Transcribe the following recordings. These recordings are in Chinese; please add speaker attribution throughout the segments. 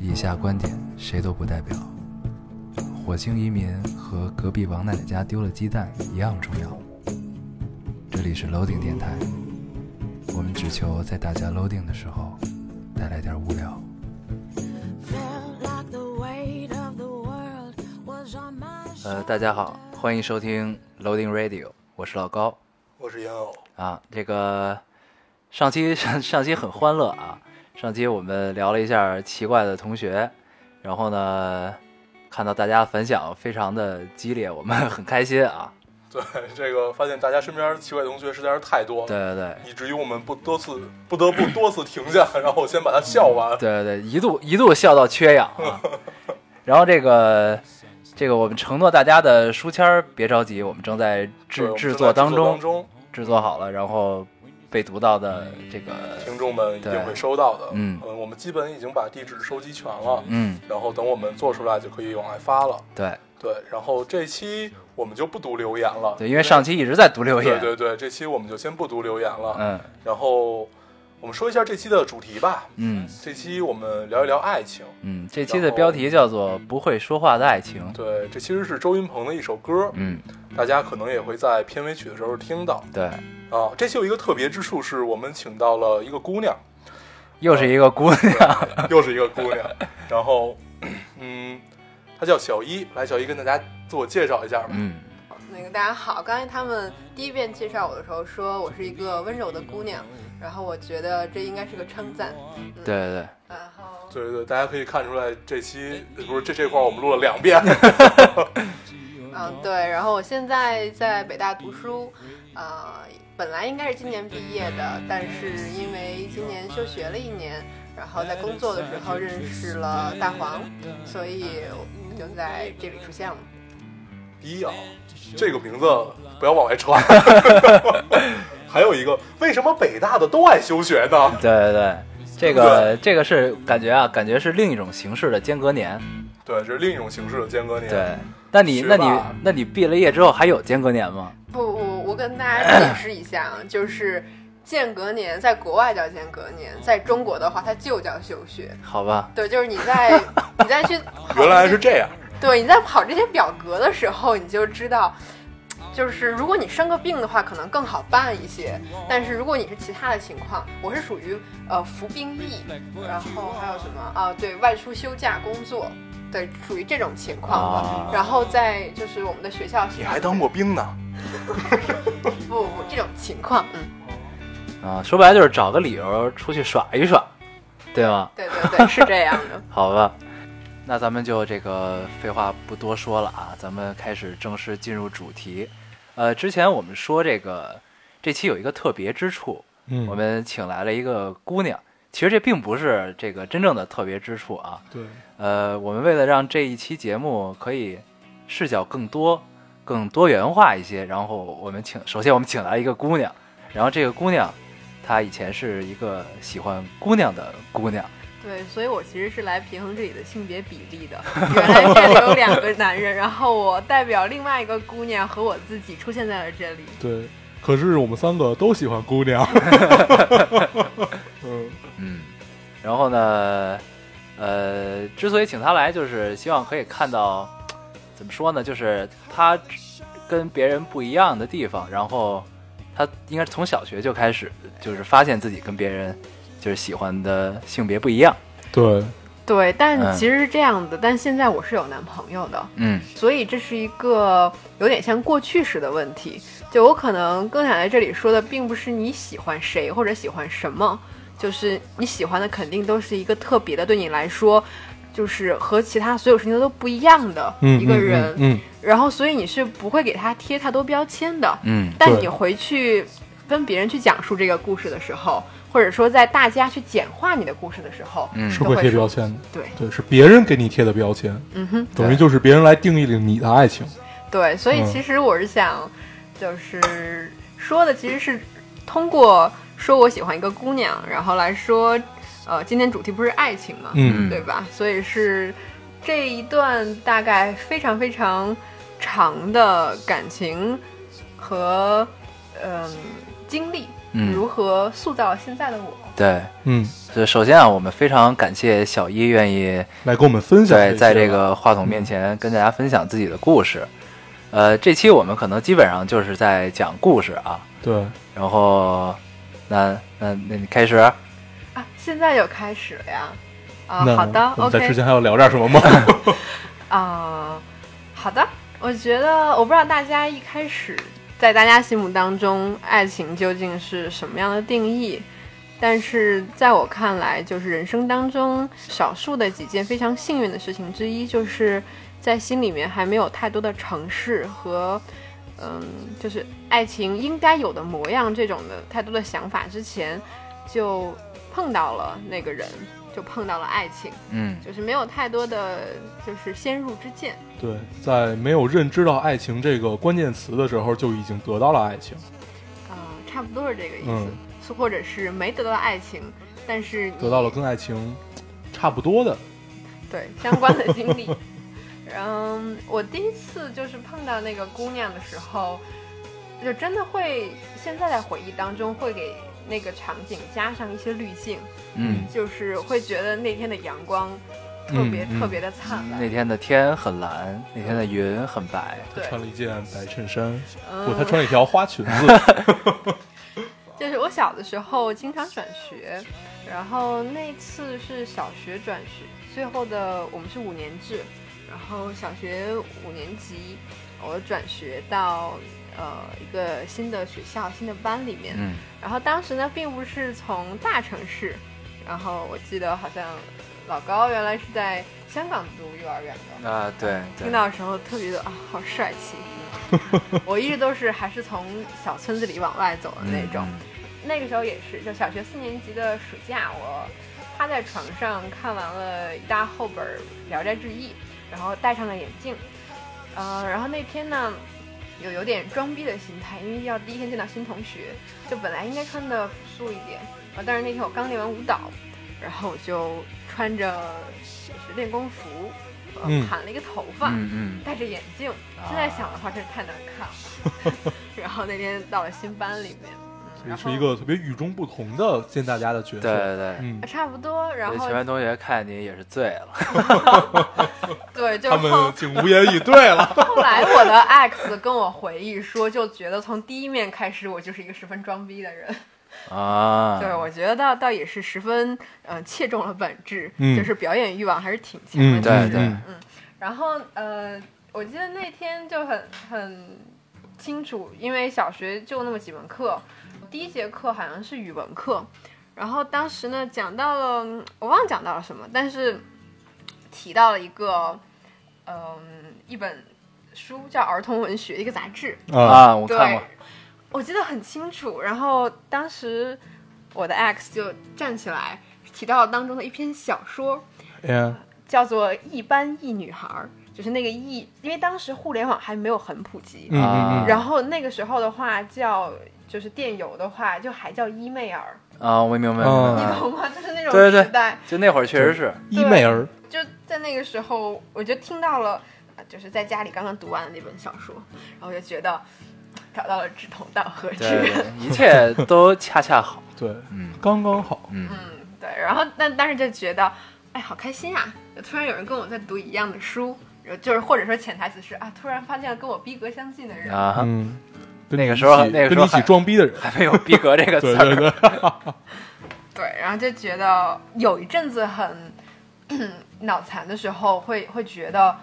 Speaker 1: 以下观点谁都不代表。火星移民和隔壁王奶奶家丢了鸡蛋一样重要。这里是 Loading 电台，我们只求在大家 Loading 的时候带来点无聊。
Speaker 2: Felt like the weight of the world was on my
Speaker 1: 呃，大家好，欢迎收听 Loading Radio，我是老高
Speaker 3: 我是烟偶，
Speaker 1: 啊。这个上期 上上期很欢乐啊，上期我们聊了一下奇怪的同学，然后呢，看到大家反响非常的激烈，我们 很开心啊。
Speaker 3: 对这个发现大家身边奇怪的同学实在是太多了，
Speaker 1: 对对对，
Speaker 3: 以至于我们不多次不得不多次停下， 然后先把它笑完。
Speaker 1: 对对，对，一度一度笑到缺氧 啊。然后这个这个，我们承诺大家的书签儿别着急，我们正在
Speaker 3: 对
Speaker 1: 制
Speaker 3: 我们
Speaker 1: 制
Speaker 3: 正在
Speaker 1: 作
Speaker 3: 当
Speaker 1: 当中，
Speaker 3: 中，
Speaker 1: 制作好了，然后被读到的这个，
Speaker 3: 听众们一定
Speaker 1: 对
Speaker 3: 会收到的。呃
Speaker 1: 嗯
Speaker 3: 我们基本已经把地址收集全了，
Speaker 1: 嗯，
Speaker 3: 然后等我们做出来就可以往外发了。
Speaker 1: 对
Speaker 3: 对，然后这期我们就不读留言了，
Speaker 1: 对，因为上期一直在读留
Speaker 3: 对
Speaker 1: 言，
Speaker 3: 对对，这期我们就先不读留言了。
Speaker 1: 嗯
Speaker 3: 然后我们说一下这期的主题吧。
Speaker 1: 嗯
Speaker 3: 这期我们聊一聊爱情。
Speaker 1: 嗯，这期的标题叫做《不会说话的爱情》，
Speaker 3: 对，这其实是周云鹏的一首歌。
Speaker 1: 嗯，
Speaker 3: 大家可能也会在片尾曲的时候听到
Speaker 1: 对，
Speaker 3: 啊。这期有一个特别之处，是我们请到了一个姑娘，
Speaker 1: 又是一个姑娘，
Speaker 3: 又是一个姑 娘，然后，嗯，她叫小一，来，小一跟大家自我介绍一下吧。
Speaker 1: 嗯
Speaker 4: 那个大家好，刚才他们第一遍介绍我的时候说我是一个温柔的姑娘，然后我觉得这应该是个称赞。
Speaker 1: 对对对。
Speaker 4: 然后
Speaker 3: 对对对，大家可以看出来，这期呃不是这这块儿我们录了两遍，
Speaker 4: 嗯对，然后我现在在北大读书，呃，本来应该是今年毕业的，但是因为今年休学了一年，然后在工作的时候认识了大黄，所以我们就在这里出现了。
Speaker 3: 一啊，这个名字不要往外传。还有一个，为什么北大的都爱休学 呢？
Speaker 1: 对对对，这个这个是感觉啊，感觉是另一种形式的间隔年，
Speaker 3: 对，这是另一种形式的间隔年。
Speaker 1: 对，那你那
Speaker 3: 学
Speaker 1: 你
Speaker 3: 霸
Speaker 1: 那你毕了业之后还有间隔年吗？
Speaker 4: 不，我我跟大家解释一下啊，就是间隔年在国外叫间隔年，在中国的话它就叫休学。
Speaker 1: 好吧，
Speaker 4: 对，就是你在你在去
Speaker 3: 原来是这样。
Speaker 4: 对你在跑这些表格的时候，你就知道。就是如果你生个病的话，可能更好办一些。但是如果你是其他的情况，我是属于呃服兵役，然后还有什么啊？对外出休假工作，对，属于这种情况吧。
Speaker 1: 啊
Speaker 4: 然后在就是我们的学校是，
Speaker 3: 你还当过兵呢？
Speaker 4: 不不不这种情况，嗯。
Speaker 1: 啊，说白了就是找个理由出去耍一耍，对吗？
Speaker 4: 对对 对，是这样的。
Speaker 1: 好吧，那咱们就这个废话不多说了啊，咱们开始正式进入主题。呃，之前我们说这个这期有一个特别之处，
Speaker 3: 嗯
Speaker 1: 我们请来了一个姑娘，其实这并不是这个真正的特别之处啊，
Speaker 3: 对，
Speaker 1: 呃，我们为了让这一期节目可以视角更多、更多元化一些，然后我们请，首先我们请来了一个姑娘，然后这个姑娘她以前是一个喜欢姑娘的姑娘，
Speaker 4: 对，所以我其实是来平衡这里的性别比例的。原来这里有两个男人，然后我代表另外一个姑娘和我自己出现在了这里。
Speaker 3: 对，可是我们三个都喜欢 姑娘。嗯，
Speaker 1: 嗯，然后呢，呃，之所以请她来，就是希望可以看到，怎么说呢，就是她跟别人不一样的地方，然后她应该是从小学就开始，就是发现自己跟别人就是喜欢的性别不一样，
Speaker 3: 对，
Speaker 4: 对，但
Speaker 1: 嗯
Speaker 4: 其实是这样的，但现在我是有男朋友的，
Speaker 1: 嗯。
Speaker 4: 所以这是一个有点像过去式的问题。就我可能更想在这里说的，并不是你喜欢谁或者喜欢什么，就是你喜欢的肯定都是一个特别的，对你来说，就是和其他所有事情都不一样的一个人。
Speaker 3: 嗯，
Speaker 4: 然后所以你是不会给他贴太多标签的。
Speaker 1: 嗯
Speaker 4: 但
Speaker 3: 对
Speaker 4: 你回去跟别人去讲述这个故事的时候，或者说在大家去简化你的故事的时候，
Speaker 1: 嗯
Speaker 3: 是
Speaker 4: 都
Speaker 3: 会贴
Speaker 4: 说
Speaker 3: 标。签的，
Speaker 4: 对，
Speaker 3: 对，是别人给你贴的标签，
Speaker 4: 嗯哼，
Speaker 3: 等于
Speaker 1: 对
Speaker 3: 就是别人来定义了你的爱情。
Speaker 4: 对，所以
Speaker 3: 嗯
Speaker 4: 其实我是想，就是说的其实是通过说我喜欢一个姑娘，然后来说，呃，今天主题不是爱情嘛，
Speaker 1: 嗯
Speaker 4: 对吧？所以是这一段大概非常非常长的感情和嗯、经历，
Speaker 1: 嗯
Speaker 4: 如何塑造现在的我。
Speaker 1: 对，
Speaker 3: 嗯，
Speaker 1: 就首先啊，我们非常感谢小一愿意
Speaker 3: 来跟我们分享
Speaker 1: 对
Speaker 3: 一些
Speaker 1: 在这个话筒面前跟大家分享自己的故事。呃，这期我们可能基本上就是在讲故事啊，
Speaker 3: 对，
Speaker 1: 然后那那那你开始，
Speaker 4: 啊，现在就开始了呀。啊、
Speaker 3: 那
Speaker 4: 好的
Speaker 3: 我们在之
Speaker 4: ，OK
Speaker 3: 前还要聊点什么吗？
Speaker 4: 啊、好的。我觉得，我不知道大家一开始在大家心目当中，爱情究竟是什么样的定义？但是在我看来，就是人生当中少数的几件非常幸运的事情之一，就是在心里面还没有太多的城市和，嗯，就是爱情应该有的模样这种的太多的想法之前，就碰到了那个人，就碰到了爱情。
Speaker 1: 嗯
Speaker 4: 就是没有太多的就是先入之见。
Speaker 3: 对，在没有认知到爱情这个关键词的时候，就已经得到了爱情。
Speaker 4: 啊、差不多是这个意
Speaker 3: 嗯
Speaker 4: 思，或者是没得到爱情，但是你
Speaker 3: 得到了跟爱情差不多的，
Speaker 4: 对相关的经历。 嗯，我第一次就是碰到那个姑娘的时候，就真的会现在在回忆当中会给那个场景加上一些滤镜，
Speaker 1: 嗯，
Speaker 4: 就是会觉得那天的阳光特别、
Speaker 3: 嗯嗯
Speaker 4: 特别的灿烂。
Speaker 1: 那天的天很蓝，那天的云很白，
Speaker 3: 她
Speaker 4: 对
Speaker 3: 穿了一件白衬衫，
Speaker 4: 嗯，
Speaker 3: 不，她穿了一条花裙子。
Speaker 4: 就是我小的时候经常转学，然后那次是小学转学，最后的我们是五年制，然后小学五年级我转学到呃一个新的学校、新的班里面，
Speaker 1: 嗯
Speaker 4: 然后当时呢并不是从大城市，然后我记得好像老高原来是在香港读幼儿园的，
Speaker 1: 啊对对
Speaker 4: 听，到的时候特别的啊，好帅气。我一直都是还是从小村子里往外走的
Speaker 1: 嗯
Speaker 4: 那种，
Speaker 1: 嗯
Speaker 4: 那个时候也是，就小学四年级的暑假，我趴在床上看完了一大厚本儿《聊斋志异》，然后戴上了眼镜，呃，然后那天呢，有有点装逼的心态，因为要第一天见到新同学，就本来应该穿的朴素一点，啊，但是那天我刚练完舞蹈，然后我就穿着就是练功服，呃
Speaker 3: 嗯，
Speaker 4: 盘了一个头发，
Speaker 1: 嗯嗯
Speaker 4: 戴着眼镜，现在想的话真是太难 看啊了。然后那天到了新班里面，嗯，
Speaker 3: 也
Speaker 4: 然
Speaker 3: 是
Speaker 4: 后
Speaker 3: 一个特别与众不同的见大家的角色。
Speaker 1: 对对对，
Speaker 3: 嗯，
Speaker 4: 差不多，然
Speaker 1: 这
Speaker 4: 后
Speaker 1: 全班同学看你也是醉了，
Speaker 4: 对，就
Speaker 3: 他
Speaker 4: 是后
Speaker 3: 们竟无言以对 了。
Speaker 4: 后来我的 ex 跟我回忆说，就觉得从第一面开始，我就是一个十分装逼的人。
Speaker 1: 啊，
Speaker 4: 对，我觉得倒倒也是十分呃切中了本质，
Speaker 3: 嗯
Speaker 4: 就是表演欲望还是挺强的。
Speaker 3: 嗯，
Speaker 4: 其实
Speaker 1: 对对
Speaker 4: 然后呃，我记得那天就很很清楚，因为小学就那么几门课，第一节课好像是语文课，然后当时呢讲到了，嗯我忘了讲到了什么，但是提到了一个，嗯、一本书叫《儿童文学》，一个杂志，
Speaker 3: 啊，
Speaker 1: 啊，我看
Speaker 4: 对
Speaker 1: 过，，
Speaker 4: 我记得很清楚。然后当时我的 X 就站起来提到当中的一篇小说，
Speaker 3: 哎
Speaker 4: 叫做“一班一女孩儿”，就是那个“一”，因为当时互联网还没有很普及，
Speaker 3: 嗯
Speaker 1: 啊
Speaker 3: 嗯嗯，
Speaker 4: 然后那个时候的话叫就是电邮的话就还叫伊妹儿，
Speaker 1: 啊，我明白，
Speaker 3: 嗯
Speaker 1: 明
Speaker 4: 你
Speaker 1: 白
Speaker 4: 懂吗？就是那
Speaker 1: 对
Speaker 4: 种
Speaker 1: 对对
Speaker 4: 时代，
Speaker 1: 就那会儿确实是，
Speaker 3: 伊美儿，
Speaker 4: 就在那个时候，我就听到了，呃就是在家里刚刚读完的那本小说，然后我就觉得找到了志同道合之
Speaker 1: 对
Speaker 4: 人。
Speaker 1: 对，对一切都恰恰 好，
Speaker 3: 对，
Speaker 1: 嗯
Speaker 3: 刚刚好。
Speaker 1: 嗯
Speaker 4: 嗯，对，然后但但是就觉得，哎，好开心啊！就突然有人跟我在读一样的书，呃就是或者说潜台词是啊，突然发现了跟我逼格相近的人。
Speaker 1: 啊哈，
Speaker 3: 嗯，跟
Speaker 1: 那
Speaker 3: 你
Speaker 1: 个
Speaker 3: 一
Speaker 1: 时候
Speaker 3: 起
Speaker 1: 那个时
Speaker 3: 跟
Speaker 1: 候
Speaker 3: 你一起
Speaker 1: 还
Speaker 3: 装逼的人，
Speaker 1: 还没有逼格这个词
Speaker 3: 对
Speaker 1: 儿，
Speaker 3: 对对，
Speaker 4: 对，然后就觉得有一阵子很 脑残的时候会，会觉得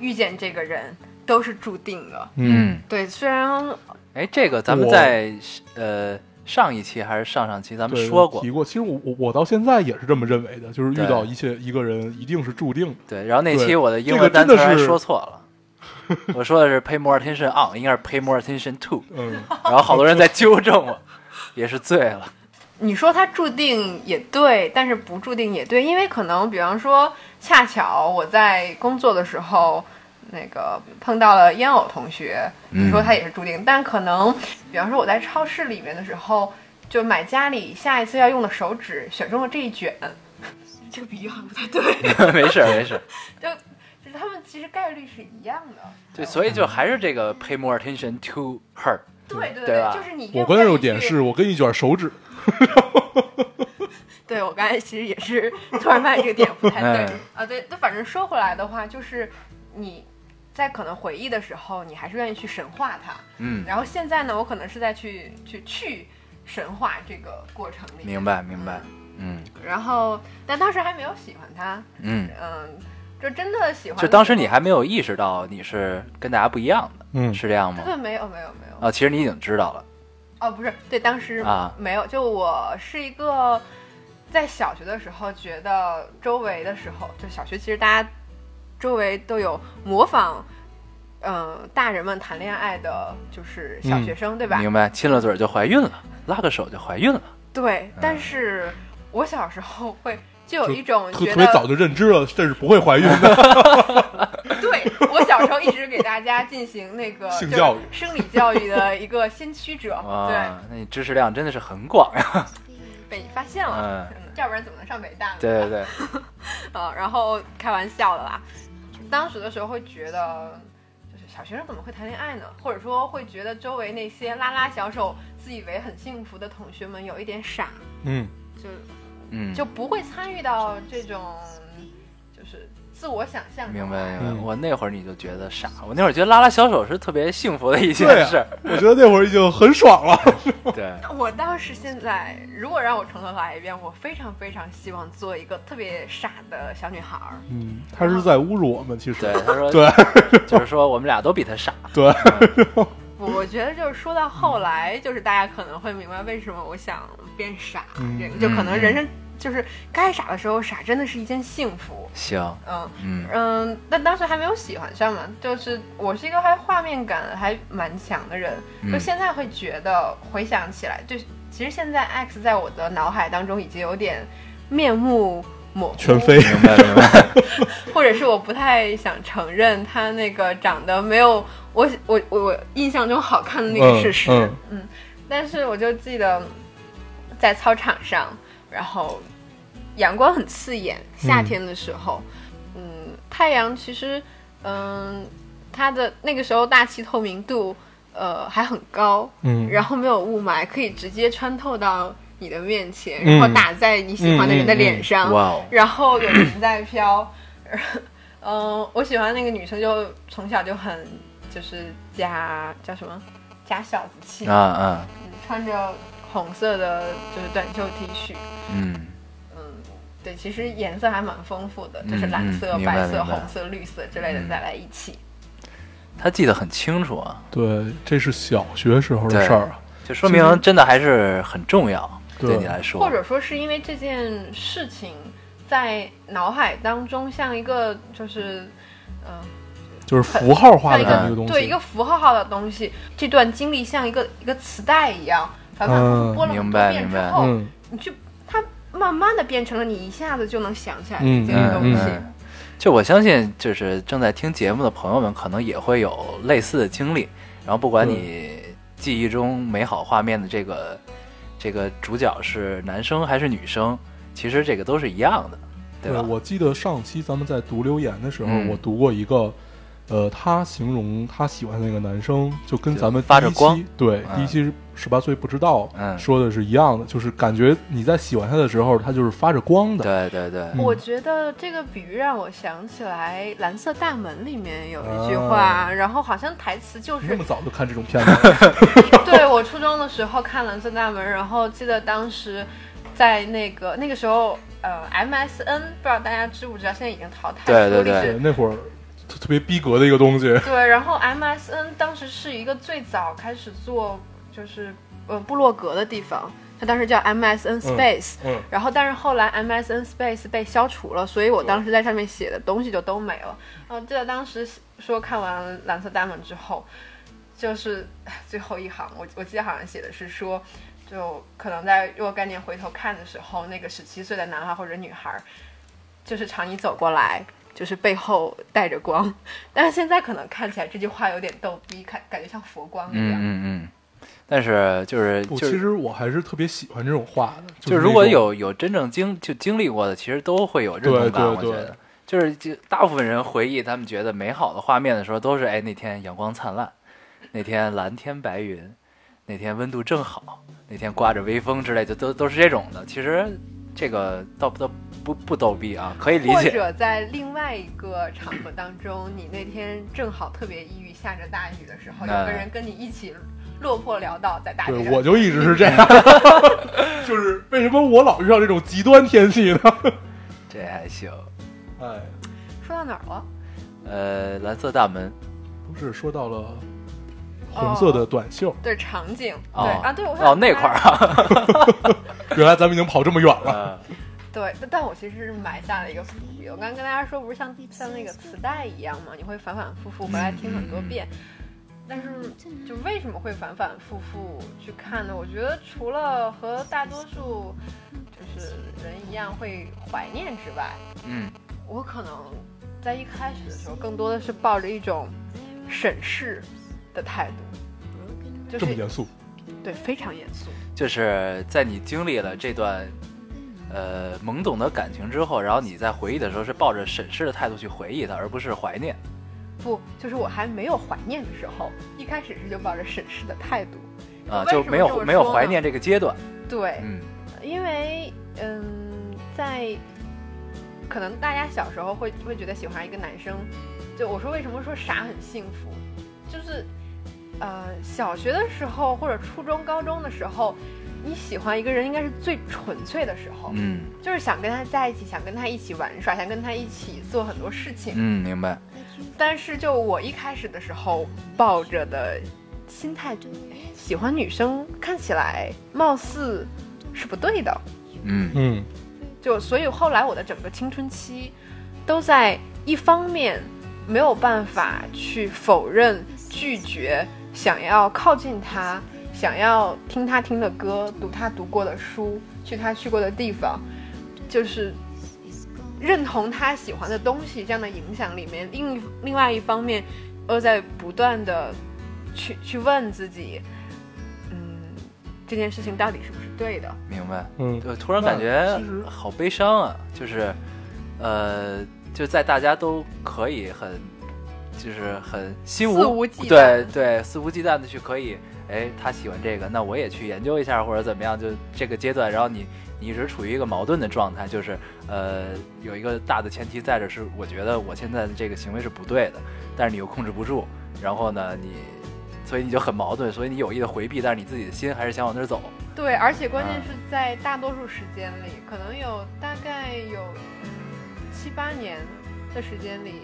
Speaker 4: 遇见这个人都是注定的。
Speaker 1: 嗯，
Speaker 4: 对，虽然
Speaker 1: 哎，这个咱们
Speaker 3: 我
Speaker 1: 在呃上一期还是上上期咱们
Speaker 3: 对
Speaker 1: 说过
Speaker 3: 提，过。其实我我我到现在也是这么认为的，就是遇
Speaker 1: 对
Speaker 3: 到一切一个人一定是注定 的。
Speaker 1: 对，然后那期
Speaker 3: 对
Speaker 1: 我的英
Speaker 3: 这
Speaker 1: 文
Speaker 3: 个
Speaker 1: 单
Speaker 3: 真
Speaker 1: 词
Speaker 3: 的
Speaker 1: 还
Speaker 3: 是
Speaker 1: 说错了。我说的是 pay more attention on，应该是 pay more attention to，
Speaker 3: 嗯，
Speaker 1: 然后好多人在纠正我，也是醉了。
Speaker 4: 你说他注定也对，但是不注定也对，因为可能比方说，恰巧我在工作的时候。那个碰到了烟偶同学，你
Speaker 1: 嗯
Speaker 4: 说他也是注定，但可能，比方说我在超市里面的时候，就买家里下一次要用的手纸，选中了这一卷， 这个比喻好像不太对，
Speaker 1: 没事儿没事儿，
Speaker 4: 就就是他们其实概率是一样的。
Speaker 1: 对，所以就还是这个 pay more attention to her，
Speaker 4: 对对
Speaker 1: 对吧
Speaker 4: 就是你
Speaker 3: 我
Speaker 4: 越
Speaker 3: 关
Speaker 4: 愿
Speaker 3: 注
Speaker 4: 意
Speaker 3: 点
Speaker 4: 去
Speaker 3: 是我跟一卷手指，
Speaker 4: 对我刚才其实也是突然发现这个点不太对
Speaker 1: 嗯
Speaker 4: 啊，对，那反正说回来的话，就是你在可能回忆的时候，你还是愿意去神化它，
Speaker 1: 嗯，
Speaker 4: 然后现在呢，我可能是在去去去神化这个过程里，
Speaker 1: 明白明白，嗯
Speaker 4: 然后但当时还没有喜欢他，
Speaker 1: 嗯，
Speaker 4: 嗯，就真的喜欢的时候，
Speaker 1: 就当时你还没有意识到你是跟大家不一样的，
Speaker 3: 嗯，
Speaker 1: 是这样吗？
Speaker 4: 对没有没有没有
Speaker 1: 啊，其实你已经知道了，
Speaker 4: 哦，不是，对，当时
Speaker 1: 啊
Speaker 4: 没有，就我是一个在小学的时候觉得周围的时候，就小学其实大家周围都有模仿，嗯、大人们谈恋爱的，就是小学生，对吧？
Speaker 1: 嗯明白？亲了嘴儿就怀孕了，拉个手就怀孕了，
Speaker 4: 对，
Speaker 1: 嗯
Speaker 4: 但是我小时候会。就有
Speaker 3: 就
Speaker 4: 一种
Speaker 3: 特
Speaker 4: 觉
Speaker 3: 特别早
Speaker 4: 得，
Speaker 3: 就认知了这是不会怀孕 的，
Speaker 4: 对我小时候一直给大家进行那个
Speaker 3: 性教育
Speaker 4: 就是生理教育的一个先驱者，
Speaker 1: 哇，那你知识量真的是很广呀，
Speaker 4: 对，被你发现了，
Speaker 1: 嗯
Speaker 4: 嗯要不然怎么能上北大呢？
Speaker 1: 对对对，
Speaker 4: 啊，然后开玩笑的啦。当时的时候会觉得，就是小学生怎么会谈恋爱呢？或者说会觉得周围那些拉拉小手、自以为很幸福的同学们有一点傻，
Speaker 3: 嗯，
Speaker 4: 就
Speaker 1: 嗯，
Speaker 4: 就不会参与到这种就是自我想象。
Speaker 1: 明白明白。
Speaker 3: 嗯
Speaker 1: 我那会儿你就觉得傻，我那会儿觉得拉拉小手是特别幸福的一件
Speaker 3: 对啊
Speaker 1: 事儿，
Speaker 3: 我觉得那会儿已经很爽了，
Speaker 1: 对，啊
Speaker 4: 我当时现在，如果让我从头来一遍，我非常非常希望做一个特别傻的小女孩儿。
Speaker 3: 嗯，他是在侮辱我们，其 实
Speaker 1: 对，他说，
Speaker 3: 对
Speaker 1: 就是说我们俩都比他傻，
Speaker 3: 对，
Speaker 4: 我我觉得就是说到后来，就是大家可能会明白为什么我想变傻，
Speaker 3: 嗯
Speaker 4: 这个就可能人生就是该傻的时候傻，真的是一件幸福。
Speaker 1: 行，
Speaker 4: 嗯
Speaker 1: 嗯
Speaker 4: 嗯，但当时还没有喜欢上嘛，就是我是一个还画面感还蛮强的人，
Speaker 1: 嗯
Speaker 4: 就现在会觉得回想起来，就其实现在 X 在我的脑海当中已经有点面目模糊，
Speaker 3: 全飞，
Speaker 1: 明白明白，
Speaker 4: 或者是我不太想承认他那个长得没有我我我我印象中好看的那个事实。
Speaker 3: 嗯
Speaker 4: 但是我就记得在操场上，然后阳光很刺眼，夏天的时候，嗯太阳其实，嗯，它的那个时候大气透明度，呃，还很高，
Speaker 3: 嗯，
Speaker 4: 然后没有雾霾，可以直接穿透到你的面前，
Speaker 3: 嗯
Speaker 4: 然后打在你喜欢的人的脸上，
Speaker 1: 哇哦，
Speaker 4: 然后有云在飘。嗯，我喜欢那个女生，就从小就很就是假叫什么假小子气
Speaker 1: 啊啊，
Speaker 4: 嗯穿着红色的就是短袖 T 恤，
Speaker 1: 嗯
Speaker 4: 嗯，对，其实颜色还蛮丰富的，
Speaker 1: 嗯
Speaker 4: 就是蓝色、
Speaker 1: 嗯明白
Speaker 4: 白色、
Speaker 1: 明白
Speaker 4: 红色、绿色之类的
Speaker 1: 嗯
Speaker 4: 再来一起。
Speaker 1: 他记得很清楚啊，
Speaker 3: 对，这是小学时候的事儿啊，
Speaker 1: 就说明真的还是很重要，
Speaker 3: 对
Speaker 1: 对你来说，
Speaker 4: 或者说是因为这件事情在脑海当中像一个就是。嗯，
Speaker 3: 就是符号化
Speaker 4: 像
Speaker 3: 的
Speaker 4: 一
Speaker 3: 这么一
Speaker 4: 个
Speaker 3: 个东西，
Speaker 4: 对一个符号号的东西，这段经历像一个一个磁带一样，反反复复
Speaker 3: 嗯
Speaker 4: 播了很
Speaker 1: 明
Speaker 4: 多
Speaker 1: 白
Speaker 4: 遍
Speaker 1: 明
Speaker 4: 之
Speaker 1: 白
Speaker 4: 后，
Speaker 3: 嗯
Speaker 4: 你去它慢慢的变成了你一下子就能想起来的
Speaker 3: 嗯
Speaker 4: 这
Speaker 3: 嗯
Speaker 4: 个东西。
Speaker 1: 嗯就我相信，就是正在听节目的朋友们，可能也会有类似的经历。然后，不管你记忆中美好画面的这个这个主角是男生还是女生，其实这个都是一样的，
Speaker 3: 对
Speaker 1: 吧？
Speaker 3: 我记得上期咱们在读留言的时候，
Speaker 1: 嗯
Speaker 3: 我读过一个，呃，他形容他喜欢的那个男生，就跟
Speaker 1: 就
Speaker 3: 咱们
Speaker 1: 发
Speaker 3: 第一
Speaker 1: 着光
Speaker 3: 期对、
Speaker 1: 嗯
Speaker 3: 第一期十八岁不知道、
Speaker 1: 嗯
Speaker 3: 说的是一样的，就是感觉你在喜欢他的时候，他就是发着光的。
Speaker 1: 对对
Speaker 3: 嗯
Speaker 1: 对，
Speaker 4: 我觉得这个比喻让我想起来《蓝色大门》里面有一句
Speaker 3: 啊
Speaker 4: 话，然后好像台词就
Speaker 3: 你那
Speaker 4: 是
Speaker 3: 么早就看这种 片子，
Speaker 4: 对我初中的时候看《蓝色大门》，然后记得当时在那个那个时候，呃，MSN 不知道大家知不知道，现在已经淘汰
Speaker 1: 对
Speaker 4: 了
Speaker 1: 对
Speaker 4: 历史
Speaker 3: 对，那会儿特特别逼格的一个东西。
Speaker 4: 对，然后 MSN 当时是一个最早开始做就是呃部落格的地方，它当时叫 MSN Space，、
Speaker 3: 嗯
Speaker 4: 然后但是后来 MSN Space 被消除了，所以我当时在上面写的东西就都没了。我记得当时说看完《蓝色大门》之后，就是唉最后一行，我我记得好像写的是说。就可能在若干年回头看的时候，那个十七岁的男孩或者女孩，就是朝你走过来，就是背后带着光，但是现在可能看起来这句话有点逗逼，看感觉像佛光一
Speaker 1: 嗯
Speaker 4: 样。
Speaker 1: 嗯嗯。但是就是
Speaker 3: 我
Speaker 1: 就
Speaker 3: 其
Speaker 1: 是
Speaker 3: 实我还是特别喜欢这种话的，
Speaker 1: 就是如果
Speaker 3: 那种
Speaker 1: 有有真正经就经历过的，其实都会有认同
Speaker 3: 对
Speaker 1: 感。
Speaker 3: 对
Speaker 1: 我觉
Speaker 3: 对
Speaker 1: 得，就是就大部分人回忆他们觉得美好的画面的时候，都是哎那天阳光灿烂，那天蓝天白云，哪天温度正好，哪天刮着微风之类的，都都是这种的。其实这个倒不倒不不逗逼啊，可以理
Speaker 4: 或
Speaker 1: 解。
Speaker 4: 者在另外一个场合当中，你那天正好特别抑郁，下着大雨的时候，有
Speaker 1: 那
Speaker 4: 个人跟你一起落魄潦倒在大街
Speaker 3: 对，
Speaker 4: 上
Speaker 3: 我，就一直是这样，就是为什么我老遇到这种极端天气呢？
Speaker 1: 这还行。
Speaker 3: 哎，
Speaker 4: 说到哪儿了？
Speaker 1: 呃，蓝色大门
Speaker 3: 哎不是说到了红色的短袖，
Speaker 4: 对场景，
Speaker 1: 哦
Speaker 4: 对啊，对我想
Speaker 1: 哦那块儿啊，
Speaker 3: 原来咱们已经跑这么远了。
Speaker 1: 呃
Speaker 4: 对，但但我其实是埋下了一个伏笔。我刚跟大家说，不是像像那个磁带一样嘛，你会反反复复回来听很多
Speaker 1: 嗯
Speaker 4: 遍。但是，就为什么会反反复复去看呢？我觉得除了和大多数就是人一样会怀念之外，
Speaker 1: 嗯，
Speaker 4: 我可能在一开始的时候，更多的是抱着一种审视的态度，就
Speaker 3: 这么
Speaker 4: 是
Speaker 3: 严肃，
Speaker 4: 对非常严肃。
Speaker 1: 就是在你经历了这段呃懵懂的感情之后，然后你在回忆的时候是抱着审视的态度去回忆它，而不是怀念。
Speaker 4: 不，就是我还没有怀念的时候，一开始是就抱着审视的态度。
Speaker 1: 啊，
Speaker 4: 为什
Speaker 1: 就
Speaker 4: 么
Speaker 1: 没
Speaker 4: 这
Speaker 1: 有
Speaker 4: 么
Speaker 1: 没有
Speaker 4: 说
Speaker 1: 怀
Speaker 4: 呢
Speaker 1: 念这个阶段，
Speaker 4: 对，
Speaker 1: 嗯，
Speaker 4: 因为嗯，在可能大家小时候会会觉得喜欢一个男生，就我说为什么说傻很幸福，就是呃小学的时候或者初中高中的时候，你喜欢一个人应该是最纯粹的时候，
Speaker 1: 嗯
Speaker 4: 就是想跟他在一起，想跟他一起玩耍，想跟他一起做很多事情。
Speaker 1: 嗯，明白，
Speaker 4: 但是就我一开始的时候抱着的心态，喜欢女生看起来貌似是不对的，
Speaker 1: 嗯
Speaker 3: 嗯，
Speaker 4: 就所以后来我的整个青春期，都在一方面没有办法去否认、拒绝想要靠近他、想要听他听的歌、读他读过的书、去他去过的地方，就是认同他喜欢的东西这样的影响里面。另一另外一方面，又在不断的去去问自己，嗯，这件事情到底是不是对的？
Speaker 1: 明白。
Speaker 3: 嗯，
Speaker 1: 对，突然
Speaker 3: 那
Speaker 1: 感觉
Speaker 3: 其实
Speaker 1: 好悲伤啊，就是，呃，就在大家都可以很，就是很心
Speaker 4: 肆无忌
Speaker 1: 对
Speaker 4: 惮
Speaker 1: 对，肆无忌惮的去可以，哎，他喜欢这个，那我也去研究一下或者怎么样，就这个阶段，然后你你一直处于一个矛盾的状态，就是呃，有一个大的前提在这是，我觉得我现在的这个行为是不对的，但是你又控制不住，然后呢，你。所以你就很矛盾，所以你有意的回避，但是你自己的心还是想往那儿走。
Speaker 4: 对，而且关键
Speaker 1: 啊
Speaker 4: 是在大多数时间里，可能有大概有嗯七八年的时间里，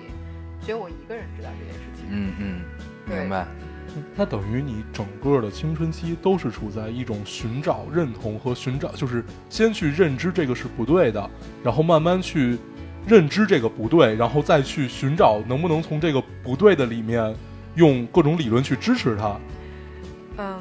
Speaker 4: 只有我一个人知道这件事情。
Speaker 1: 嗯嗯，
Speaker 4: 对
Speaker 1: 明白。
Speaker 3: 那等于你整个的青春期都是处在一种寻找认同和寻找，就是先去认知这个是不对的，然后慢慢去认知这个不对，然后再去寻找能不能从这个不对的里面用各种理论去支持它。
Speaker 4: 嗯，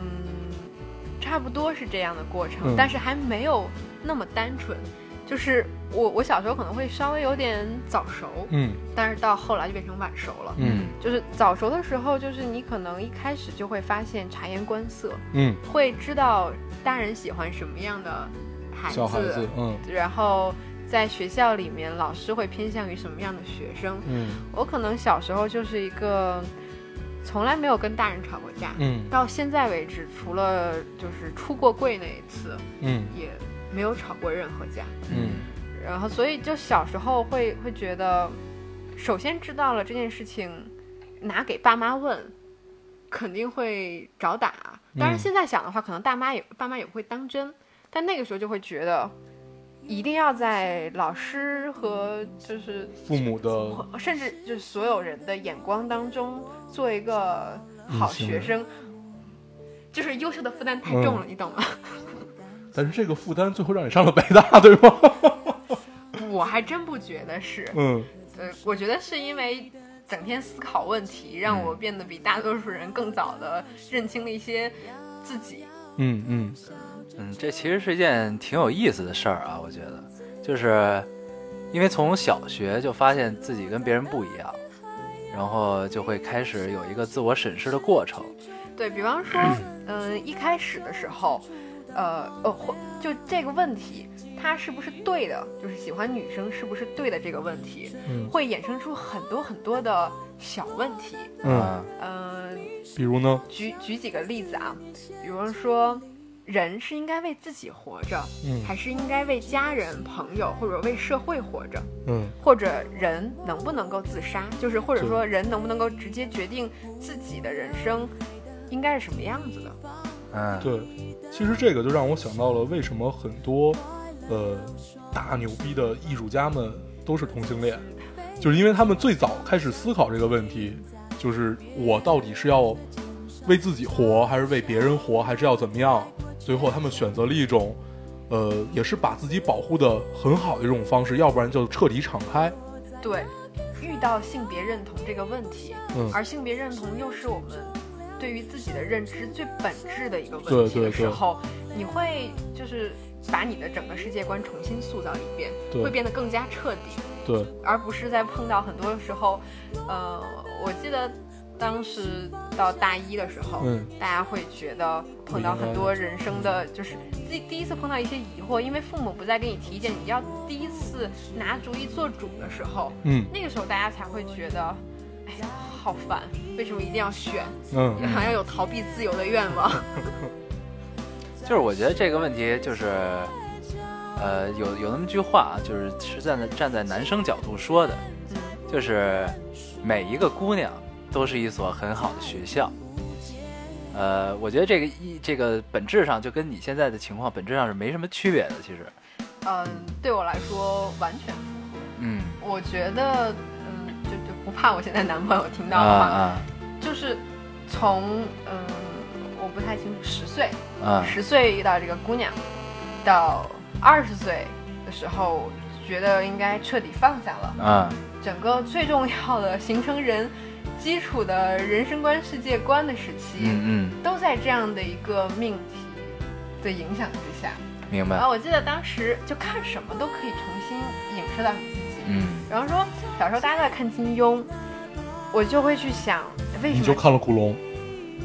Speaker 4: 差不多是这样的过程，
Speaker 3: 嗯
Speaker 4: 但是还没有那么单纯。就是我我小时候可能会稍微有点早熟，
Speaker 3: 嗯
Speaker 4: 但是到后来就变成晚熟了。
Speaker 3: 嗯
Speaker 4: 就是早熟的时候，就是你可能一开始就会发现察言观色，
Speaker 3: 嗯，
Speaker 4: 会知道大人喜欢什么样的
Speaker 3: 小孩子，嗯
Speaker 4: 然后在学校里面，老师会偏向于什么样的学生？
Speaker 3: 嗯
Speaker 4: 我可能小时候就是一个从来没有跟大人吵过架，
Speaker 3: 嗯
Speaker 4: 到现在为止，除了就是出过柜那一次，
Speaker 3: 嗯
Speaker 4: 也没有吵过任何架。
Speaker 3: 嗯
Speaker 4: 然后，所以就小时候会会觉得，首先知道了这件事情，拿给爸妈问，肯定会找打。当
Speaker 3: 嗯
Speaker 4: 然，现在想的话，可能大妈也爸妈也不会当真，但那个时候就会觉得，一定要在老师和就是
Speaker 3: 父母的
Speaker 4: 甚至就是所有人的眼光当中做一个好
Speaker 3: 嗯行
Speaker 4: 学生，就是优秀的负担太
Speaker 3: 嗯
Speaker 4: 重了，你懂吗？
Speaker 3: 但是这个负担最后让你上了北大，对吗？
Speaker 4: 我还真不觉得是。
Speaker 3: 嗯
Speaker 4: 呃，我觉得是因为整天思考问题，让我变得比大多数人更早的认清了一些自己。
Speaker 3: 嗯嗯
Speaker 1: 嗯，这其实是一件挺有意思的事儿啊，我觉得，就是因为从小学就发现自己跟别人不一样，然后就会开始有一个自我审视的过程。
Speaker 4: 呃对比方说，嗯、一开始的时候，呃呃，或就这个问题，他是不是对的，就是喜欢女生是不是对的这个问题，
Speaker 3: 嗯
Speaker 4: 会衍生出很多很多的小问题。
Speaker 3: 嗯，
Speaker 1: 嗯
Speaker 4: 嗯、
Speaker 3: 比如呢，
Speaker 4: 举举几个例子啊，比如说，人是应该为自己活着，
Speaker 3: 嗯
Speaker 4: 还是应该为家人、朋友或者为社会活着？
Speaker 3: 嗯
Speaker 4: 或者人能不能够自杀，就是或者
Speaker 3: 对
Speaker 4: 说人能不能够直接决定自己的人生应该是什么样子的。
Speaker 1: 嗯，
Speaker 3: 对，其实这个就让我想到了为什么很多呃大牛逼的艺术家们都是同性恋，就是因为他们最早开始思考这个问题，就是我到底是要为自己活，还是为别人活，还是要怎么样？最后他们选择了一种。呃，也是把自己保护的很好的一种方式，要不然就彻底敞开。
Speaker 4: 对，遇到性别认同这个问题，
Speaker 3: 嗯
Speaker 4: 而性别认同又是我们对于自己的认知最本质的一个
Speaker 3: 对
Speaker 4: 问题
Speaker 3: 对
Speaker 4: 的时
Speaker 3: 对
Speaker 4: 候，你会就是把你的整个世界观重新塑造一遍，
Speaker 3: 对
Speaker 4: 会变得更加彻底。
Speaker 3: 对，
Speaker 4: 而不是在碰到很多时候，呃，我记得当时到大一的时候，
Speaker 3: 嗯
Speaker 4: 大家会觉得碰到很多人生的，就是自己第一次碰到一些疑惑，因为父母不再给你提意见，你要第一次拿主意做主的时候，
Speaker 3: 嗯
Speaker 4: 那个时候大家才会觉得，哎呀，好烦，为什么一定要选？
Speaker 3: 嗯
Speaker 4: 好像有逃避自由的愿望。
Speaker 1: 就是我觉得这个问题就是，呃，有有那么句话啊，就是是站在站在男生角度说的，
Speaker 4: 嗯，
Speaker 1: 就是每一个姑娘都是一所很好的学校。呃，我觉得这个一这个本质上就跟你现在的情况本质上是没什么区别的，其实，
Speaker 4: 嗯，对我来说完全，
Speaker 1: 嗯，
Speaker 4: 我觉得，嗯，就就不怕我现在男朋友听
Speaker 1: 啊
Speaker 4: 到的话。
Speaker 1: 啊
Speaker 4: 就是从嗯，我不太清楚，十岁，
Speaker 1: 啊，
Speaker 4: 十岁遇到这个姑娘，到二十岁的时候，觉得应该彻底放下了。
Speaker 1: 啊，
Speaker 4: 整个最重要的形成人基础的人生观、世界观的时期，
Speaker 1: 嗯
Speaker 4: 都在这样的一个命题的影响之下。
Speaker 1: 嗯，明
Speaker 4: 然后
Speaker 1: 白，
Speaker 4: 我记得当时就看什么都可以重新影射到你自己。
Speaker 1: 嗯
Speaker 4: 比方说，小时候大家都在看金庸，我就会去想，为什
Speaker 3: 你
Speaker 4: 么
Speaker 3: 就看了古龙，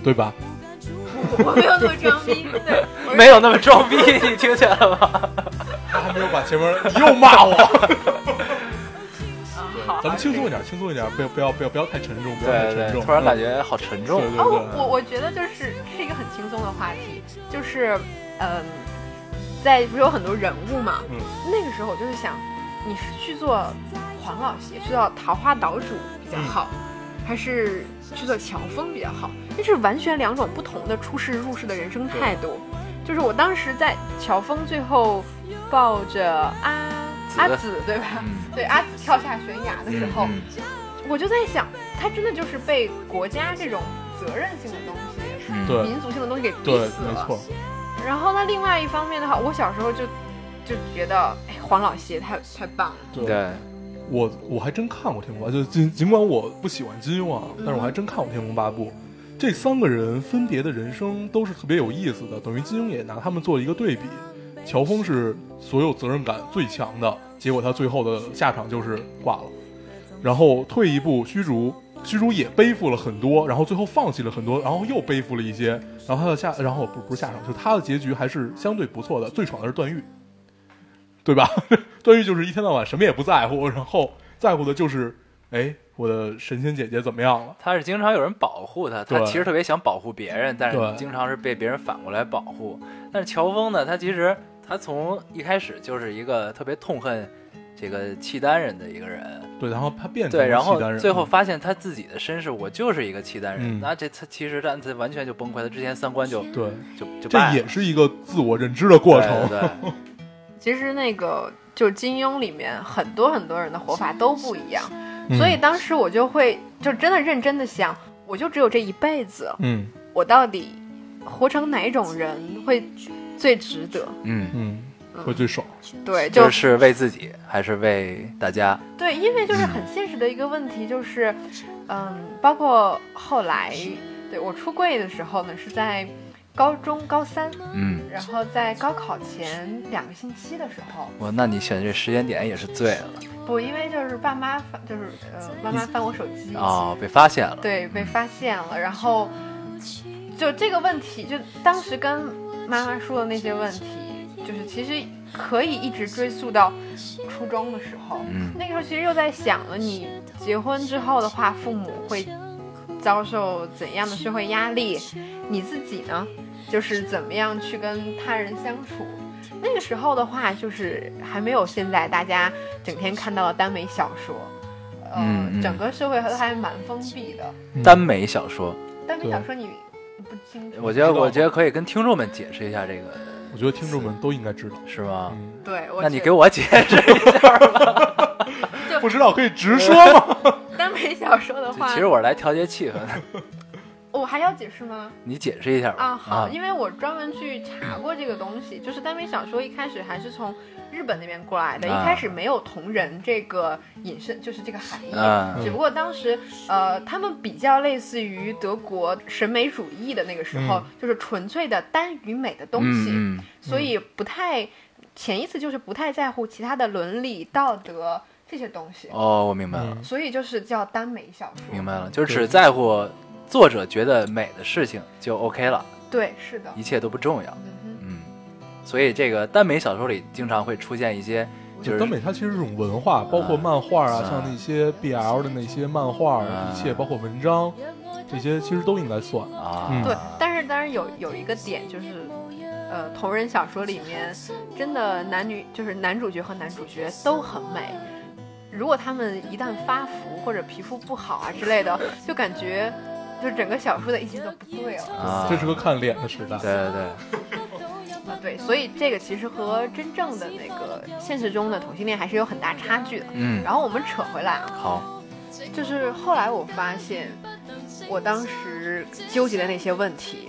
Speaker 3: 对吧？
Speaker 4: 我没有那么装逼，对，我是
Speaker 1: 没有那么装逼，你听见了吗？
Speaker 3: 他还没有把前 面，你又骂我。
Speaker 4: 啊，好，
Speaker 3: 咱们轻松一
Speaker 4: 点。
Speaker 3: 点，轻松一点，不要不要不要不要太沉重，不要太
Speaker 1: 对
Speaker 3: 沉
Speaker 1: 对，
Speaker 3: 重。
Speaker 1: 突然感觉好沉
Speaker 3: 对
Speaker 1: 重啊
Speaker 3: 对，对，
Speaker 4: 哦，我我我觉得就是是一个很轻松的话题，就是嗯，在不是有很多人物嘛，
Speaker 3: 嗯
Speaker 4: 那个时候我就是想，你是去做黄老邪，去做桃花岛主比较好，
Speaker 3: 嗯
Speaker 4: 还是去做乔峰比较好？这是完全两种不同的出世入世的人生态度。就是我当时在乔峰最后抱着阿阿
Speaker 1: 子
Speaker 4: 紫对吧？
Speaker 1: 嗯
Speaker 4: 对阿紫跳下悬崖的时候，
Speaker 1: 嗯
Speaker 4: 我就在想，他真的就是被国家这种责任性的东西、
Speaker 1: 嗯，
Speaker 3: 对
Speaker 4: 民族性的东西给逼
Speaker 3: 对，
Speaker 4: 死
Speaker 3: 没
Speaker 4: 了。
Speaker 3: 错，
Speaker 4: 然后呢，另外一方面的话，我小时候就就觉得，哎，黄老邪太太棒了。
Speaker 3: 对。
Speaker 1: 对，
Speaker 3: 我我还真看过《天龙八部》，就尽尽管我不喜欢金庸啊，但是我还真看过《天龙八部》。这三个人分别的人生都是特别有意思的，等于金庸也拿他们做了一个对比。乔峰是所有责任感最强的，结果他最后的下场就是挂了。然后退一步，虚竹，虚竹也背负了很多，然后最后放弃了很多，然后又背负了一些，然后他的下，然后不不是下场，就是他的结局还是相对不错的。最爽的是段誉，对吧？段誉就是一天到晚什么也不在乎，然后在乎的就是，哎，我的神仙姐姐怎么样了？
Speaker 1: 他是经常有人保护他，他
Speaker 3: 对
Speaker 1: 其实特别想保护别人，但是
Speaker 3: 对
Speaker 1: 经常是被别人反过来保护。但是乔峰呢，他其实他从一开始就是一个特别痛恨这个契丹人的一个人，
Speaker 3: 对，然后他变成
Speaker 1: 对，然
Speaker 3: 了契
Speaker 1: 后
Speaker 3: 丹人，
Speaker 1: 最后发现他自己的身世，我就是一个契丹人，
Speaker 3: 嗯
Speaker 1: 那这他其实但他完全就崩溃，他之前三观就
Speaker 3: 对，
Speaker 1: 就就
Speaker 3: 这
Speaker 1: 败了
Speaker 3: 也是一个自我认知的过程。
Speaker 1: 对 对
Speaker 4: 其实那个就金庸里面很多很多人的活法都不一样，
Speaker 3: 嗯
Speaker 4: 所以，当时我就会就真的认真的想，我就只有这一辈子，
Speaker 3: 嗯
Speaker 4: 我到底活成哪种人会最值得？
Speaker 1: 嗯，
Speaker 3: 嗯，会最爽。
Speaker 4: 对，就
Speaker 1: 就是为自己还是为大家，
Speaker 4: 对，因为就是很现实的一个问题，就是，嗯，包括后来，对我出柜的时候呢，是在高中高三，
Speaker 1: 嗯，
Speaker 4: 然后在高考前两个星期的时候，
Speaker 1: 我那你选这时间点也是醉了
Speaker 4: 不，因为就是爸妈翻，就是呃，妈妈翻我手机，
Speaker 1: 哦，被发现了，
Speaker 4: 对，被发现了，然后就这个问题，就当时跟妈妈说的那些问题，就是其实可以一直追溯到初中的时候。
Speaker 1: 嗯
Speaker 4: 那个时候其实又在想了，你结婚之后的话，父母会遭受怎样的社会压力？你自己呢，就是怎么样去跟他人相处？那个时候的话，就是还没有现在大家整天看到的耽美小说，呃，
Speaker 1: 嗯嗯
Speaker 4: 整个社会都还蛮封闭的。
Speaker 1: 耽美小说，
Speaker 4: 耽美
Speaker 3: 对
Speaker 4: 小说你你不清楚，
Speaker 1: 我觉得
Speaker 3: 知道吗
Speaker 1: 我觉得可以跟听众们解释一下这个，
Speaker 3: 我觉得听众们都应该知道。
Speaker 1: 是吗？
Speaker 3: 嗯，
Speaker 4: 对，我
Speaker 1: 那你
Speaker 4: 觉
Speaker 1: 给我解 释一下吧。
Speaker 3: 不知道可以直说 吗？
Speaker 4: 耽美小说的话，
Speaker 1: 其实我是来调节气氛的，
Speaker 4: 我还要解释吗？
Speaker 1: 你解释一下吧。
Speaker 4: 啊，好，因为我专门去查过这个东西，就是耽美小说一开始还是从日本那边过来的，
Speaker 1: 啊
Speaker 4: 一开始没有同人这个引申，就是这个含义。
Speaker 1: 嗯
Speaker 4: 只不过当时，呃，他们比较类似于德国审美主义的那个时候，
Speaker 3: 嗯
Speaker 4: 就是纯粹的单于美的东西，
Speaker 1: 嗯嗯
Speaker 4: 所以不太潜意识就是不太在乎其他的伦理道德这些东西，
Speaker 1: 哦，我明白
Speaker 3: 嗯
Speaker 1: 了，
Speaker 4: 所以就是叫耽美小说。
Speaker 1: 明白了，就是只在乎作者觉得美的事情就 OK 了，
Speaker 4: 对，是的。
Speaker 1: 一切都不重要。
Speaker 4: 嗯哼
Speaker 1: 嗯，所以这个耽美小说里经常会出现一些，就是
Speaker 3: 耽美它其实是一种文化，包括漫画啊，
Speaker 1: 啊
Speaker 3: 像那些 BL 的那些漫画，
Speaker 1: 啊
Speaker 3: 一切包括文章，这些其实都应该算。
Speaker 1: 啊，
Speaker 3: 嗯
Speaker 4: 对，但是当然有有一个点就是，呃，同人小说里面真的男女就是男主角和男主角都很美，如果他们一旦发福或者皮肤不好啊之类的，就感觉就整个小说的意境都不对了。
Speaker 1: 啊，
Speaker 3: 这是个看脸的时代。
Speaker 1: 对对对，
Speaker 4: 啊，对，所以这个其实和真正的那个现实中的同性恋还是有很大差距的。
Speaker 1: 嗯，
Speaker 4: 然后我们扯回来啊，
Speaker 1: 好，
Speaker 4: 就是后来我发现，我当时纠结的那些问题，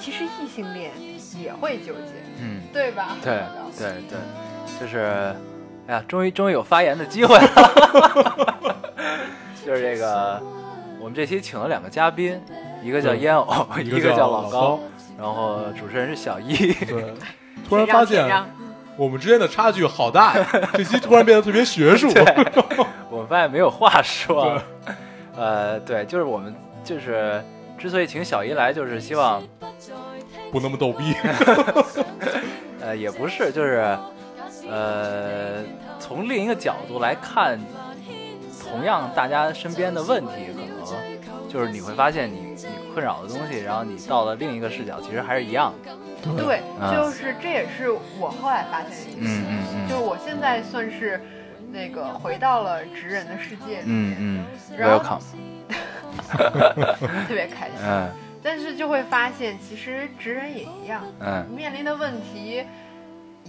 Speaker 4: 其实异性恋也会纠结。
Speaker 1: 嗯，
Speaker 4: 对吧？
Speaker 1: 对对对，就是，哎呀，终于终于有发言的机会了， 就是这个，我们这期请了两个嘉宾，一个叫
Speaker 3: 对
Speaker 1: 烟偶，一
Speaker 3: 个
Speaker 1: 个
Speaker 3: 叫
Speaker 1: 叫
Speaker 3: 老
Speaker 1: 高
Speaker 3: 高，
Speaker 1: 然后主持人是小一，
Speaker 3: 对，突然发现我们之间的差距好大呀！这期突然变得特别学术。
Speaker 1: 对， 我们发现没有话说。呃，对，就是我们就是之所以请小姨来，就是希望
Speaker 3: 不那么逗逼。
Speaker 1: 呃也不是，就是呃从另一个角度来看，同样大家身边的问题，可能就是你会发现你你困扰的东西，然后你到了另一个视角，其实还是一样的。
Speaker 4: 对，
Speaker 1: 嗯
Speaker 4: 就是这也是我后来发现的一
Speaker 1: 嗯
Speaker 4: 个事
Speaker 1: 嗯嗯
Speaker 4: 情，就是我现在算是那个回到了直人的世界里
Speaker 1: 嗯
Speaker 4: 面，
Speaker 1: 嗯
Speaker 4: 然后
Speaker 1: ，welcome，
Speaker 4: 特别开心。
Speaker 1: 嗯
Speaker 4: 但是就会发现，其实直人也一样，
Speaker 1: 嗯，
Speaker 4: 面临的问题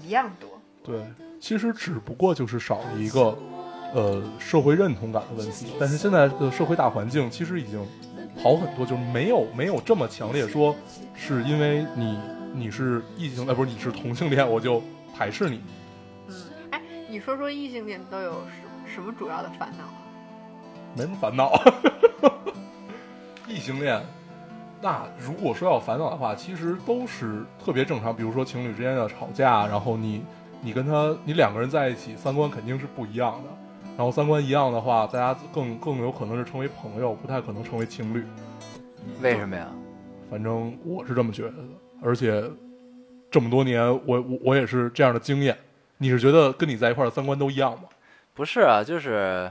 Speaker 4: 一样多。
Speaker 3: 对，其实只不过就是少了一个呃社会认同感的问题，但是现在的社会大环境其实已经好很多，就是没有没有这么强烈说是因为你你是异性，哎，不是你是同性恋，我就排斥你。
Speaker 4: 嗯，哎，你说说异性恋都有什什么主要的烦恼啊？
Speaker 3: 没什么烦恼。 异性恋，那如果说要烦恼的话，其实都是特别正常。比如说情侣之间的吵架，然后你你跟他你两个人在一起，三观肯定是不一样的。然后三观一样的话，大家更更有可能是成为朋友，不太可能成为情侣。
Speaker 1: 为什么呀？
Speaker 3: 反正我是这么觉得的，而且这么多年，我我我也是这样的经验。你是觉得跟你在一块儿的三观都一样吗？
Speaker 1: 不是啊，就是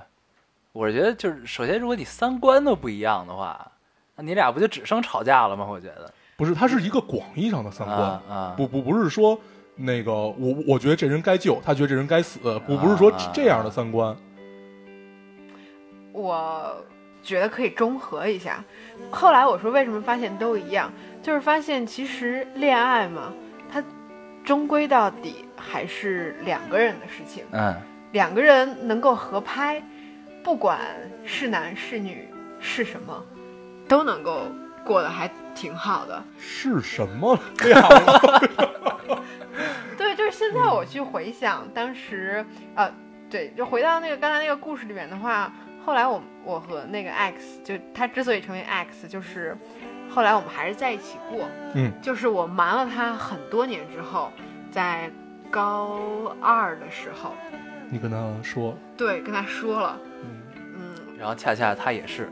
Speaker 1: 我觉得就是，首先如果你三观都不一样的话，那你俩不就只剩吵架了吗？我觉得
Speaker 3: 不是，它是一个广义上的三观。
Speaker 1: 啊啊，
Speaker 3: 不不不是说那个我我觉得这人该救，他觉得这人该死，不不是说
Speaker 1: 啊
Speaker 3: 这样的三观。
Speaker 4: 我觉得可以中和一下。后来我说为什么发现都一样，就是发现其实恋爱嘛，它终归到底还是两个人的事情，
Speaker 1: 嗯
Speaker 4: 两个人能够合拍，不管是男是女是什么，都能够过得还挺好的。
Speaker 3: 是什么这样了？
Speaker 4: 对，就是现在我去回想当时，呃，对，就回到那个刚才那个故事里面的话，后来我我和那个 X 就他之所以成为 X，就是后来我们还是在一起过，
Speaker 3: 嗯，
Speaker 4: 就是我瞒了他很多年之后，在高二的时候，
Speaker 3: 你跟他说，
Speaker 4: 对，跟他说了，
Speaker 3: 嗯，
Speaker 4: 嗯，
Speaker 1: 然后恰恰他也是，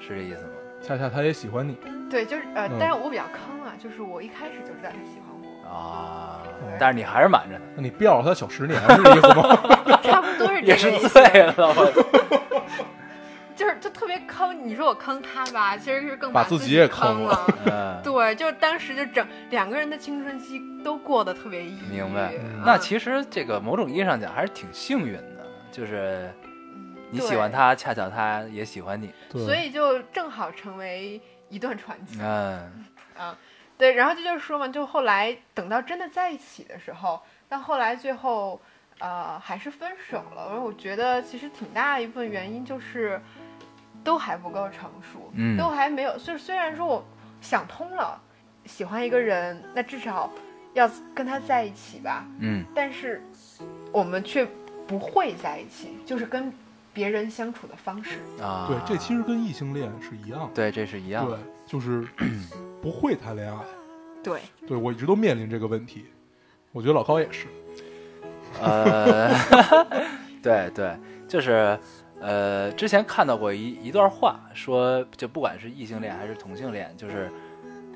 Speaker 1: 是这意思吗？
Speaker 3: 恰恰他也喜欢你，
Speaker 4: 对，就是呃，
Speaker 3: 嗯
Speaker 4: 但是我比较坑啊，就是我一开始就知道他喜欢我，
Speaker 1: 啊，但是你还是瞒着他，
Speaker 3: 那你吊着他小十年是这意思吗？
Speaker 4: 差不多是 这
Speaker 1: 也
Speaker 4: 个
Speaker 1: 是
Speaker 4: 意思。
Speaker 1: 醉了，我操
Speaker 4: 就是就特别坑。你说我坑他吧，其实是更
Speaker 3: 把自
Speaker 4: 自
Speaker 3: 己也
Speaker 4: 坑
Speaker 3: 坑
Speaker 4: 了。
Speaker 1: 嗯，
Speaker 4: 对，就当时就整两个人的青春期都过得特别抑郁。
Speaker 1: 明白
Speaker 4: 嗯。
Speaker 1: 那其实这个某种意义上讲还是挺幸运的，就是
Speaker 4: 嗯
Speaker 1: 你喜欢，他，恰巧他也喜欢你，
Speaker 4: 对
Speaker 3: 对，
Speaker 4: 所以就正好成为一段传奇。
Speaker 1: 嗯
Speaker 4: 对，然后这就是说嘛，就后来等到真的在一起的时候，但后来最后呃还是分手了。而我觉得其实挺大一部分原因就是都还不够成熟，
Speaker 1: 嗯
Speaker 4: 都还没有。虽虽然说我想通了，喜欢一个人，那至少要跟他在一起吧，
Speaker 1: 嗯
Speaker 4: 但是我们却不会在一起，就是跟别人相处的方式。
Speaker 1: 啊，
Speaker 3: 对，这其实跟异性恋是一样的，
Speaker 1: 对这是一样
Speaker 3: 对
Speaker 1: 的，，
Speaker 3: 就是 不会谈恋爱。
Speaker 4: 对，
Speaker 3: 对我一直都面临这个问题，我觉得老高也是。
Speaker 1: 呃， 对对，就是呃，之前看到过一一段话，说就不管是异性恋还是同性恋，就是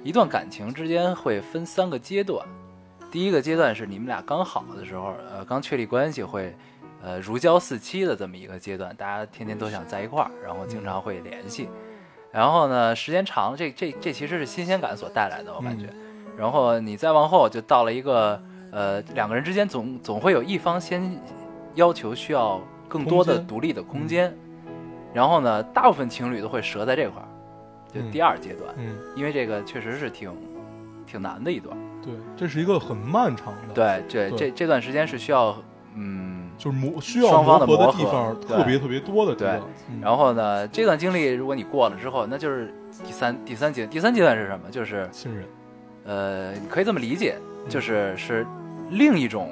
Speaker 1: 一段感情之间会分三个阶段。第一个阶段是你们俩刚好的时候，呃，刚确立关系会，呃，如胶似漆的这么一个阶段，大家天天都想在一块儿，然后经常会联系。然后呢，时间长了，这这这其实是新鲜感所带来的，我感觉。然后你再往后就到了一个呃，两个人之间总总会有一方先要求需要更多的
Speaker 3: 空间
Speaker 1: 独立的空间，
Speaker 3: 嗯
Speaker 1: 然后呢，大部分情侣都会折在这块儿，就
Speaker 3: 嗯
Speaker 1: 第二阶段，
Speaker 3: 嗯，
Speaker 1: 因为这个确实是挺挺难的一段。
Speaker 3: 对，这是一个很漫长的，，
Speaker 1: 对，这
Speaker 3: 对
Speaker 1: 这这段时间是需要嗯。
Speaker 3: 就是磨需要
Speaker 1: 双方的
Speaker 3: 磨
Speaker 1: 磨
Speaker 3: 合的
Speaker 1: 合
Speaker 3: 地方
Speaker 1: 对
Speaker 3: 特别特别多的地方。嗯
Speaker 1: 然后呢，这段经历如果你过了之后，那就是呃第三第三阶第三阶段是什么？就是
Speaker 3: 信任，
Speaker 1: 呃，你可以这么理解，
Speaker 3: 嗯
Speaker 1: 就是是另一种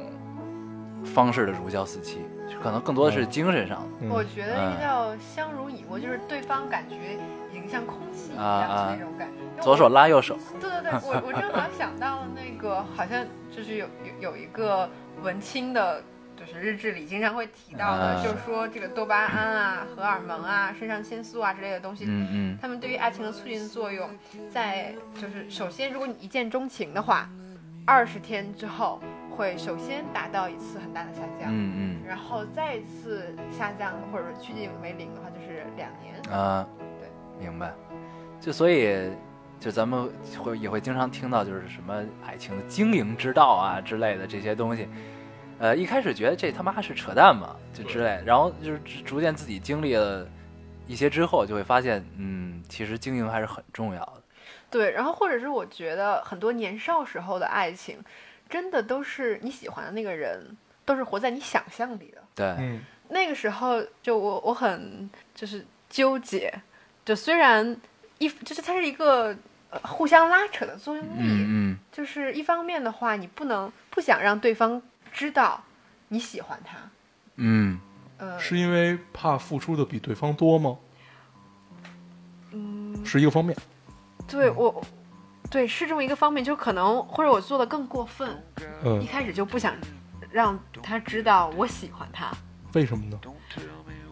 Speaker 1: 方式的如胶似漆，可能更多的是
Speaker 3: 嗯
Speaker 1: 精神上的。
Speaker 3: 嗯
Speaker 4: 我觉得
Speaker 1: 嗯
Speaker 4: 要相濡以沫，就是对方感觉已经像空气一
Speaker 1: 啊
Speaker 4: 样
Speaker 1: 啊
Speaker 4: 的那种感觉。因为我
Speaker 1: 左手。拉右手，
Speaker 4: 对对对，我我正好想到了那个，好像就是有有有一个文青的。就是日志里经常会提到的，
Speaker 1: 啊
Speaker 4: 就是说这个多巴胺啊、荷尔蒙啊、肾上腺素啊之类的东西，
Speaker 1: 嗯嗯，
Speaker 4: 他们对于爱情的促进作用，在就是首先，如果你一见钟情的话，二十天之后会首先达到一次很大的下降，
Speaker 1: 嗯
Speaker 4: 然后再一次下降或者趋近为零的话，就是两年。
Speaker 1: 嗯啊，
Speaker 4: 对，
Speaker 1: 明白。就所以，就咱们会也会经常听到，就是什么爱情的经营之道啊之类的这些东西。呃，一开始觉得这他妈是扯淡嘛，就之类，然后就是逐逐渐自己经历了一些之后，就会发现，嗯，其实经营还是很重要的。
Speaker 4: 对，然后或者是我觉得很多年少时候的爱情，真的都是你喜欢的那个人，都是活在你想象里的。
Speaker 1: 对，
Speaker 3: 嗯，
Speaker 4: 那个时候就我我很就是纠结，就虽然一就是它是一个、呃互相拉扯的作用力，
Speaker 1: 嗯
Speaker 4: 就是一方面的话，你不能不想让对方知道你喜欢他，
Speaker 1: 嗯嗯，
Speaker 4: 呃，
Speaker 3: 是因为怕付出的比对方多吗？嗯，是一个方面。
Speaker 4: 对我，对是这么一个方面，就可能或者我做的更过分，
Speaker 3: 嗯
Speaker 4: 一，开始就不想让他知道我喜欢他。
Speaker 3: 为什么呢？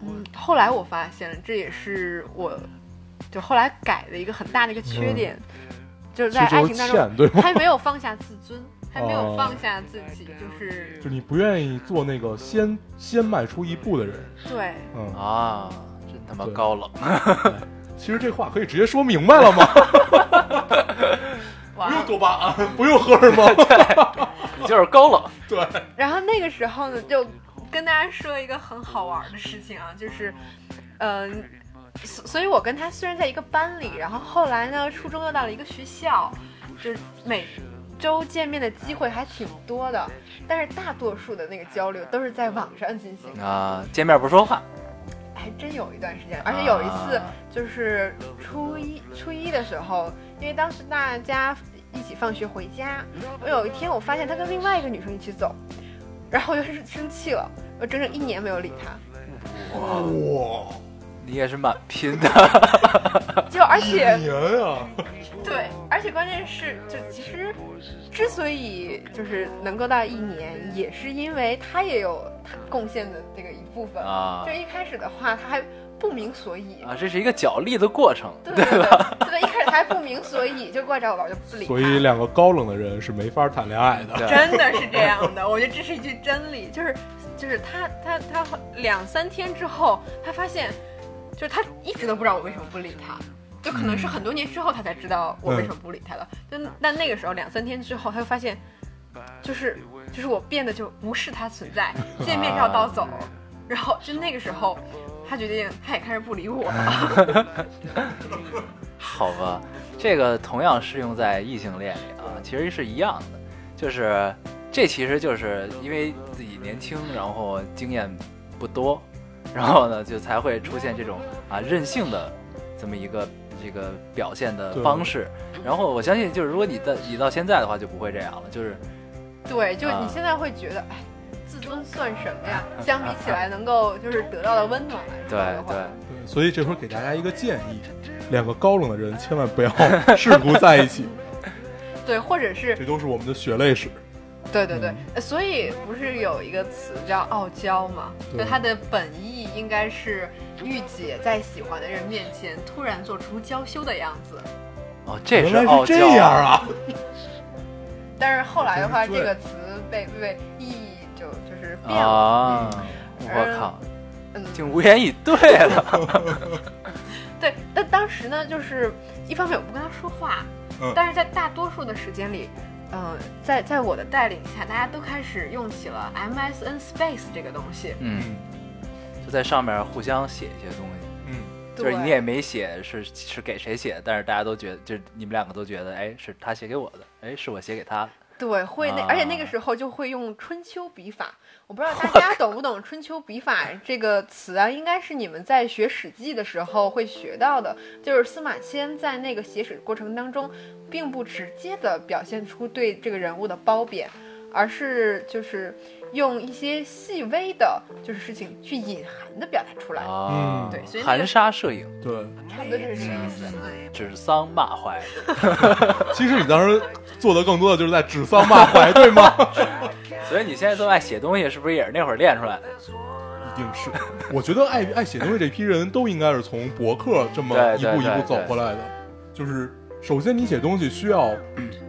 Speaker 4: 嗯，后来我发现了，这也是我就后来改的一个很大的一个缺点，就是
Speaker 3: 嗯其
Speaker 4: 在
Speaker 3: 实
Speaker 4: 爱
Speaker 3: 就是
Speaker 4: 情当中
Speaker 3: 欠，对吗？
Speaker 4: 还没有放下自 尊，还没有
Speaker 3: 哦
Speaker 4: 放下自己，就是
Speaker 3: 就是你不愿意做那个先先迈出一步的人。
Speaker 4: 对。
Speaker 3: 嗯，
Speaker 1: 啊，真他妈
Speaker 3: 对
Speaker 1: 高冷。
Speaker 3: 其实这话可以直接说明白了吗？
Speaker 4: 哇
Speaker 3: 不用多巴胺，不用荷尔 蒙。
Speaker 1: 你就是高冷。
Speaker 3: 对，
Speaker 4: 然后那个时候呢，就跟大家说一个很好玩的事情啊，就是，嗯、所所以我跟他虽然在一个班里，然后后来呢，初中又到了一个学校，就是每周见面的机会还挺多的，但是大多数的那个交流都是在网上进行的，
Speaker 1: 啊，见面不说话，
Speaker 4: 还真有一段时间，而且有一次
Speaker 1: 啊
Speaker 4: 就是初一初一的时候，因为当时大家一起放学回家，我有一天我发现他跟另外一个女生一起走，然后我就是生气了，我整整一年没有理他，
Speaker 3: 哇，
Speaker 1: 你也是蛮拼的。
Speaker 4: 就而且
Speaker 3: 年啊！
Speaker 4: 对，而且关键是就其实之所以就是能够到一年，也是因为他也有他贡献的这个一部 分，
Speaker 1: 啊
Speaker 4: 就一开始的话他还不明所以。
Speaker 1: 啊，这是一个角力的过程。
Speaker 4: 对对对对，对一开始才不明所以，就过来找我玩，就不理他。
Speaker 3: 所以两个高冷的人是没法谈恋爱的。
Speaker 1: 对
Speaker 4: 真的是这样的，我觉得这是一句真理，就是就是他他他两三天之后，他发现，就是他一直都不知道我为什么不理他，就可能
Speaker 3: 嗯
Speaker 4: 是很多年之后他才知道我为什么不理他了。但但那个时候两三天之后，他就发现，就是就是我变得就无视他存在，见面
Speaker 3: 啊
Speaker 4: 绕道走，然后就那个时候，他决定他也开始不理我了。
Speaker 1: 好吧，这个同样适用在异性恋里啊，其实是一样的，就是这其实就是因为自己年轻，然后经验不多，然后呢就才会出现这种啊任性的这么一个这个表现的
Speaker 3: 对
Speaker 1: 方式。然后我相信，就是如果你到你到现在的话，就不会这样了，就是
Speaker 4: 对，就
Speaker 1: 啊
Speaker 4: 你现在会觉得，哎，自尊算什么 呀？相比起来，能够就是得到的温暖来说
Speaker 1: 对
Speaker 4: 的话，
Speaker 1: 对。
Speaker 3: 对所以这会儿给大家一个建议：两个高冷的人千万不 要试图在一起，
Speaker 4: 对，或者是
Speaker 3: 这都是我们的血泪史。
Speaker 4: 对对对
Speaker 3: 嗯，
Speaker 4: 呃所以不是有一个词叫傲娇吗？
Speaker 3: 对
Speaker 4: 就它的本意应该是御姐在喜欢的人面前突然做出娇羞的样子，
Speaker 1: 哦，这
Speaker 3: 原
Speaker 1: 是
Speaker 3: 来
Speaker 1: 傲
Speaker 3: 是
Speaker 1: 娇
Speaker 3: 这样！啊！
Speaker 4: 但是后来的话，
Speaker 3: 对
Speaker 4: 这个词被被意义就就是变了，
Speaker 1: 啊，
Speaker 4: 嗯
Speaker 1: 我靠，
Speaker 4: 嗯，
Speaker 1: 竟无言以对了。
Speaker 4: 对。但当时呢，就是一方面我不跟他说话，
Speaker 3: 嗯
Speaker 4: 但是在大多数的时间里。嗯，在在我的带领下，大家都开始用起了 MSN Space 这个东西。
Speaker 1: 嗯，就在上面互相写一些东西。
Speaker 3: 嗯，
Speaker 1: 就是
Speaker 4: 对
Speaker 1: 你也没写是是给谁写的，但是大家都觉得，就是你们两个都觉得，哎，是他写给我的，哎，是我写给他的。
Speaker 4: 对，会那，
Speaker 1: 啊
Speaker 4: 而且那个时候就会用春秋笔法。我不知道大家懂不懂“春秋笔法”这个词啊？应该是你们在学《史记》的时候会学到的。就是司马迁在那个写史过程当中，并不直接的表现出对这个人物的褒贬，而是就是用一些细微的，就是事情去隐含的表达出来。
Speaker 1: 啊，
Speaker 3: 嗯
Speaker 4: 对所以那个
Speaker 1: 含沙射影，
Speaker 3: 对。
Speaker 4: 差不多就是这个意思。嗯
Speaker 1: 指桑骂槐。
Speaker 3: 其实你当时做的更多的就是在指桑骂槐，对吗？
Speaker 1: 所以你现在这么爱写东西，是不是也是那会儿练出来的？
Speaker 3: 一定是。我觉得爱爱写东西这批人都应该是从博客这么
Speaker 1: 对
Speaker 3: 一步
Speaker 1: 对
Speaker 3: 一步
Speaker 1: 对
Speaker 3: 走
Speaker 1: 对
Speaker 3: 过来的。就是首先你写东西需要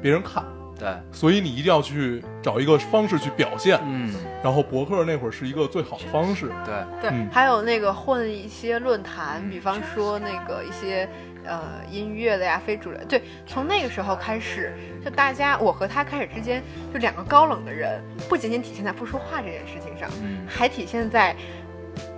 Speaker 3: 别人看，
Speaker 1: 对，
Speaker 3: 所以你一定要去找一个方式去表现。
Speaker 1: 嗯，
Speaker 3: 然后博客那会儿是一个最好的方式。
Speaker 1: 对，
Speaker 4: 对
Speaker 3: 嗯，
Speaker 4: 还有那个混一些论坛，比方说那个一些呃音乐的呀、非主流。对，从那个时候开始，就大家我和他开始之间，就两个高冷的人，不仅仅体现在不说话这件事情上，
Speaker 1: 嗯，
Speaker 4: 还体现在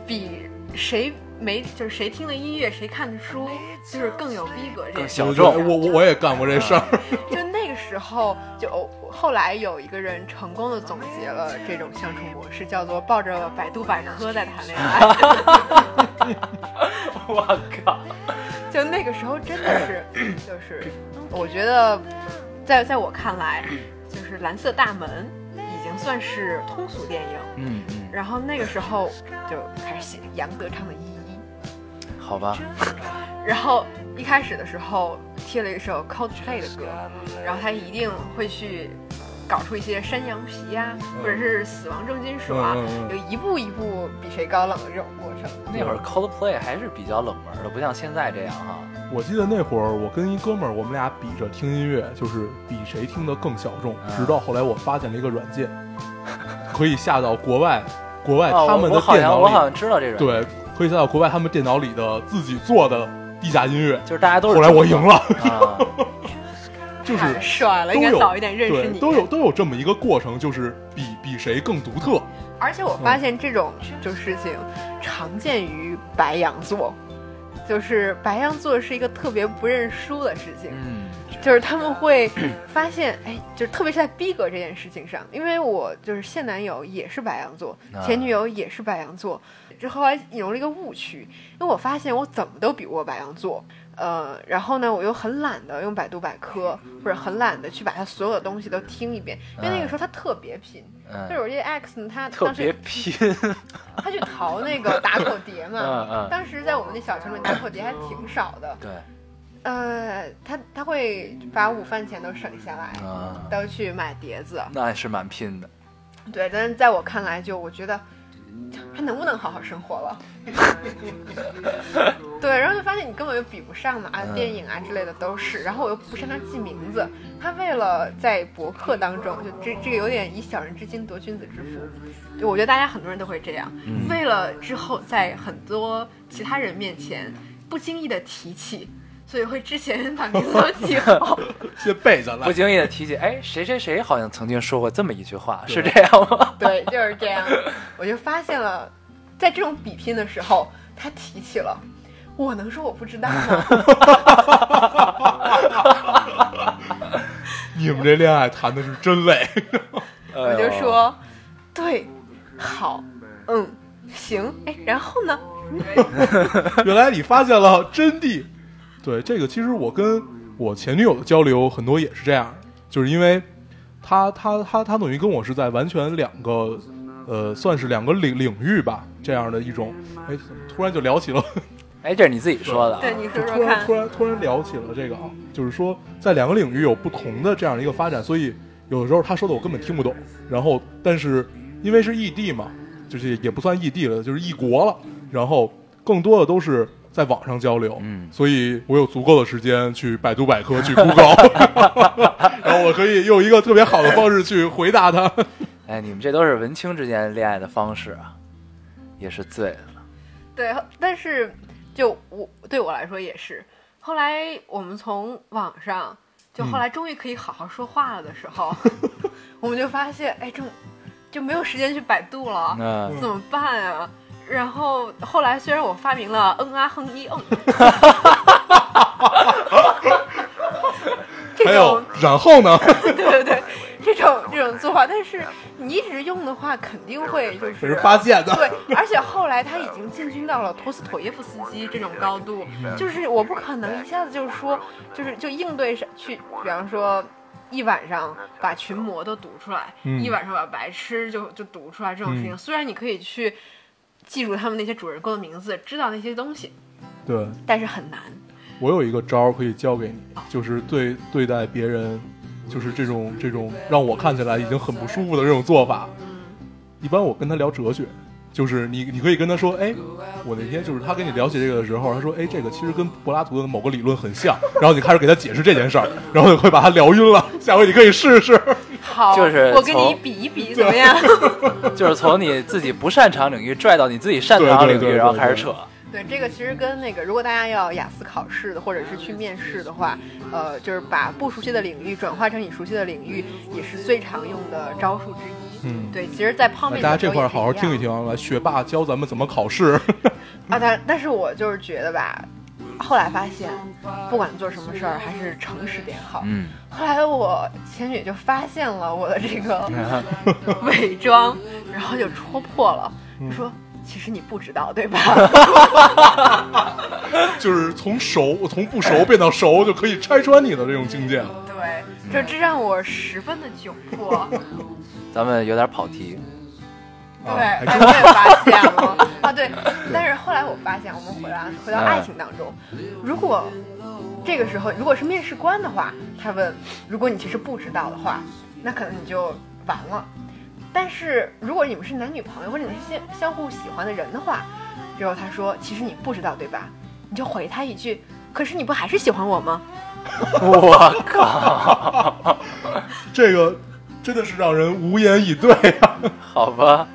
Speaker 4: 比谁没就是谁听的音乐、谁看的书，就是更有逼格这件
Speaker 1: 更
Speaker 4: 事
Speaker 1: 小
Speaker 3: 对
Speaker 1: 众
Speaker 3: 对我我我也干过这事儿。
Speaker 4: 就那个时候，就哦后来有一个人成功的总结了这种相处模式，叫做抱着百度百科在谈恋爱。
Speaker 1: 我靠，
Speaker 4: 就那个时候真 的是，就是我觉得在在我看来，就是《蓝色大门》已经算是通俗电影。
Speaker 1: 嗯嗯，
Speaker 4: 然后那个时候就开始写杨德昌的《一一
Speaker 1: 好吧，》，
Speaker 4: 然后一开始的时候贴了一首 Coldplay 的歌，然后他一定会去搞出一些山羊皮啊，或者是死亡重金属啊
Speaker 3: 嗯嗯嗯，
Speaker 4: 就一步一步比谁高冷的这种过程。
Speaker 1: 那
Speaker 3: 嗯
Speaker 1: 会儿 Coldplay 还是比较冷门的，不像现在这样哈。
Speaker 3: 我记得那会儿我跟一哥们儿，我们俩比着听音乐，就是比谁听的更小众。
Speaker 1: 啊
Speaker 3: 直到后来我发现了一个软件，可以下到国外，国外
Speaker 1: 啊，
Speaker 3: 哎他
Speaker 1: 我
Speaker 3: 们
Speaker 1: 我
Speaker 3: 的
Speaker 1: 好
Speaker 3: 电
Speaker 1: 像我好
Speaker 3: 脑里，
Speaker 1: 像知道这种，，
Speaker 3: 对，可以下到国外他们电脑里的自己做的地下音乐。
Speaker 1: 就是大家都是。
Speaker 3: 后来我赢了，
Speaker 1: 啊，
Speaker 3: 就是
Speaker 1: 哎
Speaker 4: 太帅了，
Speaker 3: 都
Speaker 4: 应该
Speaker 3: 有
Speaker 4: 早一点认识
Speaker 3: 对
Speaker 4: 你。
Speaker 3: 都有都有这么一个过程，就是比比谁更独特。
Speaker 4: 而且我发现这种
Speaker 1: 嗯
Speaker 4: 就事情常见于白羊座，就是白羊座是一个特别不认输的事情，
Speaker 1: 嗯，
Speaker 4: 就是他们会发现，哎，就是特别是在逼格这件事情上，因为我就是现男友也是白羊座
Speaker 1: 啊，
Speaker 4: 前女友也是白羊座，这后来引入了一个误区，因为我发现我怎么都比不过白羊座。呃，然后呢，我又很懒得用百度百科，或者很懒得去把他所有的东西都听一遍，因为那个时候他特别拼，就是
Speaker 1: 嗯，
Speaker 4: 我这 X 呢，他
Speaker 1: 特
Speaker 4: 当
Speaker 1: 别
Speaker 4: 时
Speaker 1: 拼，
Speaker 4: 他去淘那个打口碟
Speaker 1: 嗯
Speaker 4: 嘛
Speaker 1: 嗯，
Speaker 4: 当时在我们那小城里打口碟还挺少的，
Speaker 1: 对，
Speaker 4: 呃，他他会把午饭钱都省下来，
Speaker 1: 啊，
Speaker 4: 都去买碟子。
Speaker 1: 那是蛮拼的。
Speaker 4: 对，但是在我看来，就我觉得。还能不能好好生活了？ 对，然后就发现你根本就比不上嘛，啊，
Speaker 1: 嗯
Speaker 4: 电影啊之类的都是。然后我又不擅长记名字，他为了在博客当中，就这这个有点以小人之心度君子之腹。就我觉得大家很多人都会这样，
Speaker 1: 嗯
Speaker 4: 为了之后在很多其他人面前不经意的提起，所以会之前把名字都记好。
Speaker 3: 先背下来
Speaker 1: 不。经意的提起，哎，谁谁谁好像曾经说过这么一句话，是这样 吗？
Speaker 4: 对，就是这样。我就发现了，在这种比拼的时候，他提起了，我能说我不知道吗？
Speaker 3: 你们这恋爱谈的是真累，
Speaker 1: 我
Speaker 3: 哎
Speaker 4: 我就，说，对，好，嗯，行，哎，然后呢？
Speaker 3: 原来你发现了真谛。对，这个其实我跟我前女友的交流很多也是这样，就是因为她她她她等于跟我是在完全两个呃，算是两个领领域吧，这样的一种。哎，突然就聊 起了，
Speaker 1: 哎，这是你自己说的啊，
Speaker 4: 对，你
Speaker 3: 就
Speaker 4: 说
Speaker 3: 突
Speaker 4: 说
Speaker 3: 然
Speaker 4: 看
Speaker 3: 突。然突然聊起了这个啊，就是说在两个领域有不同的这样一个发展，所以有的时候她说的我根本听不懂。然后，但是因为是异地嘛，就是也不算异地了，就是异国了。然后更多的都是在网上交流，
Speaker 1: 嗯
Speaker 3: 所以我有足够的时间去百度百科，去 Google，然后我可以用一个特别好的方式去回答他。
Speaker 1: 哎，你们这都是文青之间恋爱的方式啊，也是醉了。
Speaker 4: 对，但是就我对我来说也是。后来我们从网上，就后来终于可以好好说话了的时候， 我们就发现，哎，这就没有时间去百度了。
Speaker 1: 那
Speaker 4: 怎么办啊？然后后来虽然我发明了嗯啊哼 一嗯，这
Speaker 3: 还有
Speaker 4: 种，
Speaker 3: 然后呢？
Speaker 4: 对对对，这种这种做法，但是你一直用的话，肯定会就
Speaker 3: 这
Speaker 4: 是
Speaker 3: 是八戒 的，
Speaker 4: 对，而且后来他已经进军到了托斯妥耶夫斯基这种高度，就是我不可能一下子就是说，就是就应对上去，比方说。一晚上把群魔都读出来，
Speaker 3: 嗯
Speaker 4: 一晚上把白痴就就读出来这种事情，
Speaker 3: 嗯
Speaker 4: 虽然你可以去记住他们那些主人公的名字，知道那些东西，
Speaker 3: 对
Speaker 4: 但是很难。
Speaker 3: 我有一个招儿可以教给你，就是对对待别人，就是这种这种让我看起来已经很不舒服的这种做法。一般我跟他聊哲学，就是你你可以跟他说，哎，我那天就是他跟你聊起这个的时候，他说，哎，这个其实跟柏拉图的某个理论很像，然后你开始给他解释这件事儿，然后你会把他聊晕了。下回你可以试试。
Speaker 4: 好，
Speaker 1: 就是
Speaker 4: 我跟你
Speaker 1: 从
Speaker 4: 比一比怎么样？
Speaker 1: 就是从你自己不擅长领域拽到你自己擅长
Speaker 3: 对对
Speaker 1: 领
Speaker 3: 对
Speaker 1: 域，
Speaker 3: 对
Speaker 1: 然后开始扯。
Speaker 4: 对，这个其实跟那个，如果大家要雅思考试的，或者是去面试的话，呃，就是把不熟悉的领域转化成你熟悉的领域，也是最常用的招数之一。
Speaker 3: 嗯
Speaker 4: 对，其实，在泡
Speaker 3: 来，
Speaker 4: 面
Speaker 3: 大家
Speaker 4: 的时
Speaker 3: 这
Speaker 4: 候
Speaker 3: 块儿
Speaker 4: 也
Speaker 3: 好好
Speaker 4: 是一
Speaker 3: 听一
Speaker 4: 样
Speaker 3: 听啊，来，学霸教咱们怎么考试。
Speaker 4: 啊。但但是我就是觉得吧，后来发现，不管做什么事儿，还是诚实点好。
Speaker 1: 嗯，
Speaker 4: 后来我前女友就发现了我的这个
Speaker 3: 啊
Speaker 4: 伪装，然后就戳破了，
Speaker 3: 嗯
Speaker 4: 就说其实你不知道对吧？
Speaker 3: 就是从熟，从不熟变到熟，就可以拆穿你的这种境界。
Speaker 4: 对，这这让我十分的窘迫。
Speaker 1: 咱们有点跑 题。
Speaker 4: 对，
Speaker 3: 啊
Speaker 4: 哎
Speaker 3: 还
Speaker 4: 我也发现了啊，对。但是后来我发现，我们回来回到
Speaker 1: 哎
Speaker 4: 爱情当中，如果这个时候如果是面试官的话，他问，如果你其实不知道的话，那可能你就完了。但是如果你们是男女朋友，或者你们是相相互喜欢的人的话，然后他说，其实你不知道对吧？你就回他一句，可是你不还是喜欢我吗？
Speaker 1: 我靠，
Speaker 3: 这个真的是让人无言以对啊！
Speaker 1: 好吧，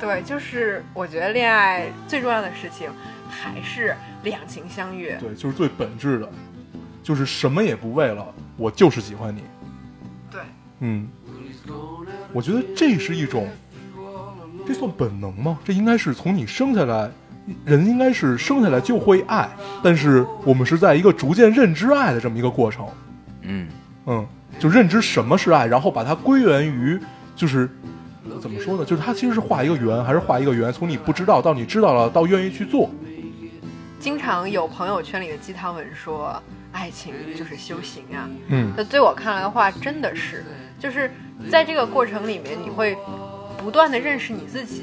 Speaker 4: 对，就是我觉得恋爱最重要的事情还是两情相悦。
Speaker 3: 对，就是最本质的，就是什么也不为了，我就是喜欢你。
Speaker 4: 对，
Speaker 3: 嗯，我觉得这是一种，这算本能吗？这应该是从你生下来，人应该是生下来就会爱，但是我们是在一个逐渐认知爱的这么一个过程。
Speaker 1: 嗯，
Speaker 3: 嗯，就认知什么是爱，然后把它归源于，就是怎么说呢？就是它其实是画一个圆，还是画一个圆，从你不知道到你知道了，到愿意去做。
Speaker 4: 经常有朋友圈里的鸡汤文说，爱情就是修行啊。
Speaker 3: 嗯，
Speaker 4: 那对我看来的话，真的是，就是在这个过程里面，你会不断的认识你自己，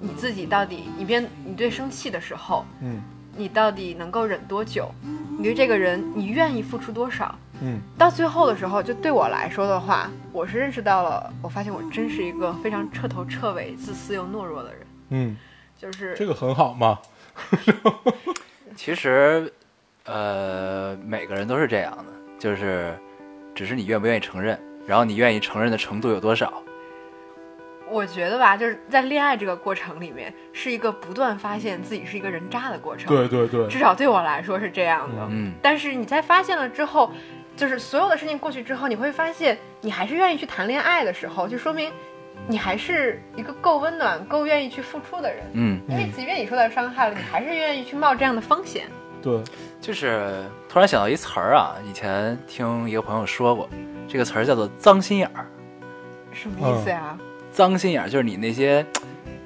Speaker 4: 你自己到底，你边你对生气的时候，
Speaker 3: 嗯
Speaker 4: 你到底能够忍多久？你对这个人，你愿意付出多少？
Speaker 3: 嗯，
Speaker 4: 到最后的时候，就对我来说的话，我是认识到了，我发现我真是一个非常彻头彻尾自私又懦弱的人。
Speaker 3: 嗯，
Speaker 4: 就是
Speaker 3: 这个很好嘛，
Speaker 1: 其实，呃，每个人都是这样的，就是只是你愿不愿意承认，然后你愿意承认的程度有多少。
Speaker 4: 我觉得吧，就是在恋爱这个过程里面，是一个不断发现自己是一个人渣的过程。
Speaker 3: 对，对对，
Speaker 4: 至少对我来说是这样的。
Speaker 1: 嗯，
Speaker 4: 但是你在发现了之后，就是所有的事情过去之后，你会发现你还是愿意去谈恋爱的时候，就说明你还是一个够温暖、够愿意去付出的人。
Speaker 1: 嗯，
Speaker 4: 因为即便你受到伤害了，你还是愿意去冒这样的风险。
Speaker 3: 对，
Speaker 1: 就是突然想到一词儿啊，以前听一个朋友说过，这个词儿叫做“脏心眼儿
Speaker 4: 什么意思呀？”。
Speaker 1: 脏心眼儿就是你那些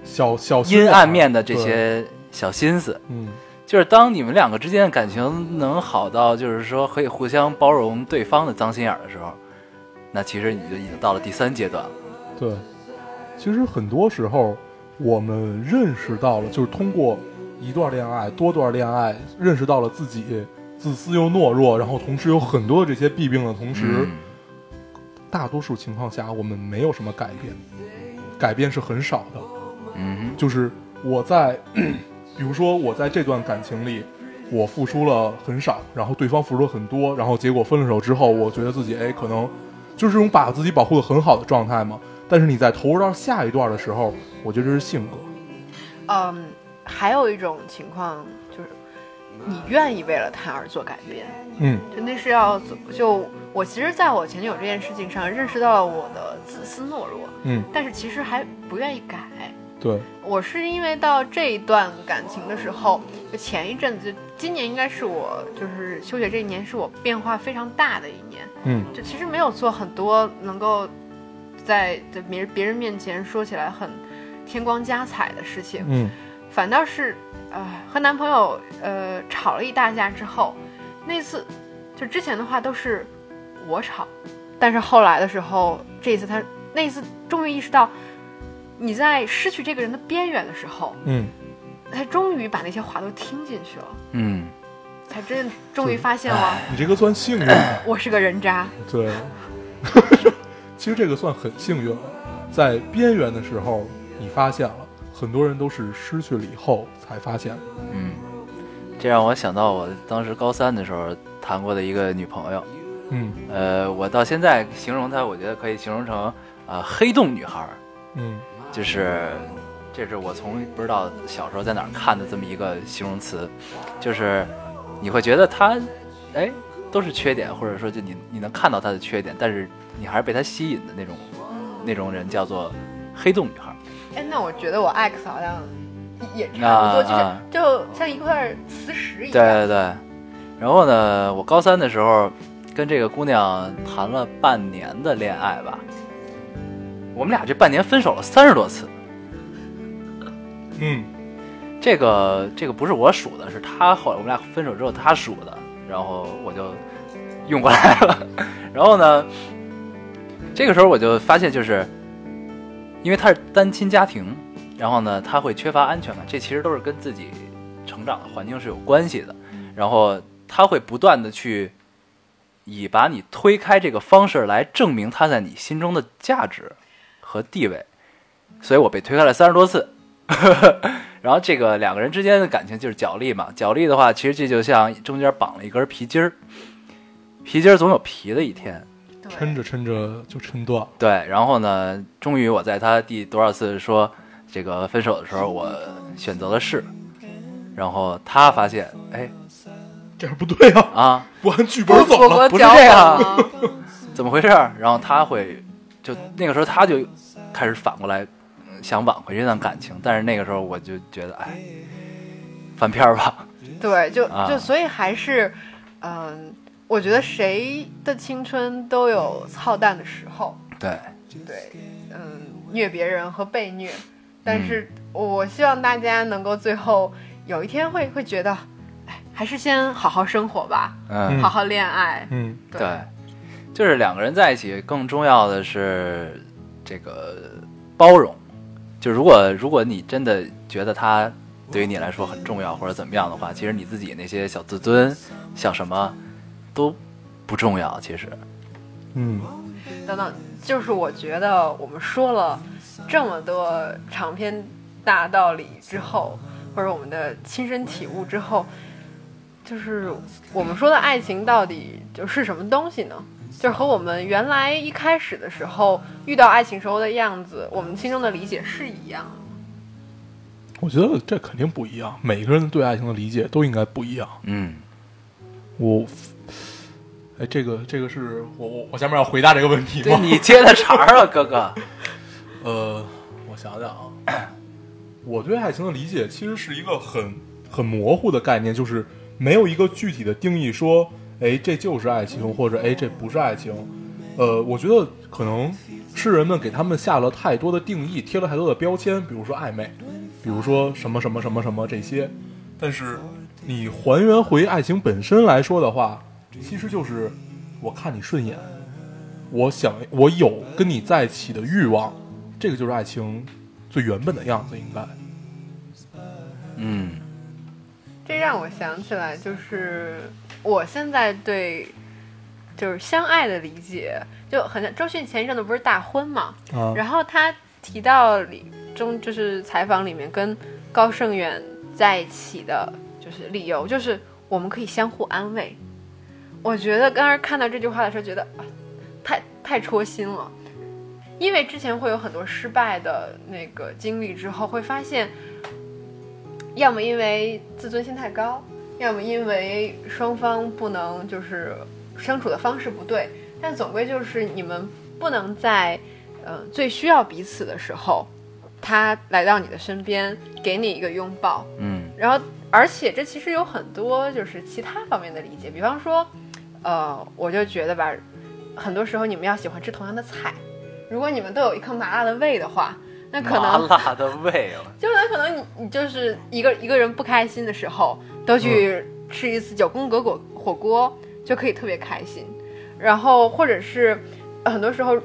Speaker 3: 小小心
Speaker 1: 阴
Speaker 3: 眼
Speaker 1: 暗
Speaker 3: 儿
Speaker 1: 面的这，
Speaker 3: 对
Speaker 1: 些小心思。
Speaker 3: 嗯，
Speaker 1: 就是当你们两个之间的感情能好到，就是说可以互相包容对方的脏心眼儿的时候，那其实你就已经到了第三阶段了。
Speaker 3: 对，其实很多时候我们认识到了，就是通过一段恋爱、多段恋爱，认识到了自己自私又懦弱，然后同时有很多的这些弊病的同时，
Speaker 1: 嗯
Speaker 3: 大多数情况下我们没有什么改变，改变是很少的。
Speaker 1: 嗯
Speaker 3: 就是我在，比如说我在这段感情里，我付出了很少，然后对方付出了很多，然后结果分了手之后，我觉得自己哎，可能就是这种把自己保护的很好的状态嘛。但是你在投入到下一段的时候，我觉得这是性格。
Speaker 4: 嗯，还有一种情况就是，你愿意为了他而做改变，
Speaker 3: 嗯
Speaker 4: 就那是要做。就我其实在我前女友这件事情上认识到了我的自私懦弱，
Speaker 3: 嗯，
Speaker 4: 但是其实还不愿意改。
Speaker 3: 对，
Speaker 4: 我是因为到这一段感情的时候，就前一阵子，就今年应该是我就是休学这一年，是我变化非常大的一年。
Speaker 3: 嗯
Speaker 4: 就其实没有做很多能够在在别人别人面前说起来很天光加彩的事情，
Speaker 3: 嗯
Speaker 4: 反倒是呃和男朋友呃吵了一大架之后，那次就之前的话都是我吵，但是后来的时候，这一次他那一次终于意识到你在失去这个人的边缘的时候，
Speaker 3: 嗯，
Speaker 4: 他终于把那些话都听进去了，
Speaker 1: 嗯
Speaker 4: 才真终于发现 了
Speaker 3: 你这个算幸运吗？
Speaker 4: 我是个啊人渣。
Speaker 3: 对，其实这个算很幸运了，在边缘的时候你发现了，很多人都是失去了以后才发现。
Speaker 1: 嗯，这让我想到我当时高三的时候谈过的一个女朋友。
Speaker 3: 嗯
Speaker 1: 呃，我到现在形容她，我觉得可以形容成啊、呃黑洞女孩儿，
Speaker 3: 嗯
Speaker 1: 就是这是我从不知道小时候在哪儿看的这么一个形容词，就是你会觉得她，哎，都是缺点，或者说就你你能看到她的缺点，但是你还是被她吸引的那种那种人叫做黑洞女孩儿。
Speaker 4: 哎，那我觉得我 X 好像也差不多，就是、
Speaker 1: 啊
Speaker 4: 就像一块磁石一
Speaker 1: 对
Speaker 4: 样。
Speaker 1: 对对，然后呢，我高三的时候跟这个姑娘谈了半年的恋爱吧，我们俩这半年分手了三十多次。
Speaker 3: 嗯，
Speaker 1: 这个这个不是我数的，是他后来我们俩分手之后他数的，然后我就用过来了。 然后呢，这个时候我就发现，就是因为他是单亲家庭，然后呢他会缺乏安全感，这其实都是跟自己成长的环境是有关系的。然后他会不断的去以把你推开这个方式来证明他在你心中的价值和地位，所以我被推开了三十多次。然后这个两个人之间的感情就是角力嘛，角力的话，其实这就像中间绑了一根皮筋儿，皮筋儿总有皮的一天。
Speaker 4: 对
Speaker 3: 抻着抻着就抻断了。
Speaker 1: 对，然后呢，终于我在他第多少次说这个分手的时候，我选择了是，然后他发现，哎
Speaker 3: 这样不对啊！
Speaker 1: 啊，
Speaker 3: 我按剧
Speaker 4: 我
Speaker 3: 本走了。
Speaker 4: 我
Speaker 1: 不是
Speaker 4: 脚
Speaker 1: 这
Speaker 4: 本
Speaker 1: 样
Speaker 4: 啊
Speaker 1: 怎么回事儿？然后他会就那个时候他就开始反过来嗯想挽回这段感情，但是那个时候我就觉得，哎，翻篇儿吧，
Speaker 4: 对，就
Speaker 1: 啊
Speaker 4: 就所以还是，嗯，我觉得谁的青春都有操蛋的时候，
Speaker 1: 对，
Speaker 4: 对，嗯，虐别人和被虐，但
Speaker 1: 嗯
Speaker 4: 是我希望大家能够最后有一天会会觉得，哎，还是先好好生活吧，
Speaker 1: 嗯
Speaker 4: 好好恋爱，
Speaker 3: 嗯，
Speaker 4: 对
Speaker 1: 对，就是两个人在一起，更重要的是这个包容。就如果如果你真的觉得他对于你来说很重要或者怎么样的话，其实你自己那些小自尊、小什么都不重要。其实，
Speaker 3: 嗯，
Speaker 4: 等等，就是我觉得我们说了这么多长篇大道理之后，或者我们的亲身体悟之后，就是我们说的爱情到底就是什么东西呢？就是和我们原来一开始的时候遇到爱情时候的样子，我们心中的理解是一样的。
Speaker 3: 我觉得这肯定不一样，每个人对爱情的理解都应该不一样。
Speaker 1: 嗯，
Speaker 3: 我，哎，这个这个是我我我下面要回答这个问 题
Speaker 1: 对
Speaker 3: 吗？
Speaker 1: 你接的茬儿啊，哥哥。
Speaker 3: 呃，我想想啊， 我对爱情的理解其实是一个很很模糊的概念，就是没有一个具体的定义说，哎，这就是爱情，或者哎，这不是爱情。呃，我觉得可能是人们给他们下了太多的定义，贴了太多的标签，比如说暧昧，比如说什么什么什么什么这些。但是你还原回爱情本身来说的话，其实就是我看你顺眼，我想我有跟你在一起的欲望，这个就是爱情最原本的样子，应该。
Speaker 1: 嗯
Speaker 4: 这让我想起来，就是我现在对就是相爱的理解，就很像周迅前一阵子不是大婚嘛，
Speaker 3: 啊
Speaker 4: 然后他提到里中就是采访里面跟高胜远在一起的，就是理由就是我们可以相互安慰。我觉得刚刚看到这句话的时候，觉得、啊、太太戳心了，因为之前会有很多失败的那个经历，之后会发现，要么因为自尊心太高，要么因为双方不能就是相处的方式不对，但总归就是你们不能在呃最需要彼此的时候，他来到你的身边，给你一个拥抱，
Speaker 1: 嗯
Speaker 4: 然后，而且这其实有很多就是其他方面的理解，比方说，呃，我就觉得吧，很多时候你们要喜欢吃同样的菜，如果你们都有一颗麻辣的胃的话，那可
Speaker 1: 麻
Speaker 4: 能
Speaker 1: 辣的啊味 了。
Speaker 4: 就是那可能你你就是一个一个人不开心的时候，都去吃一次九宫格火火锅，就可以特别开心。然后或者是呃很多时候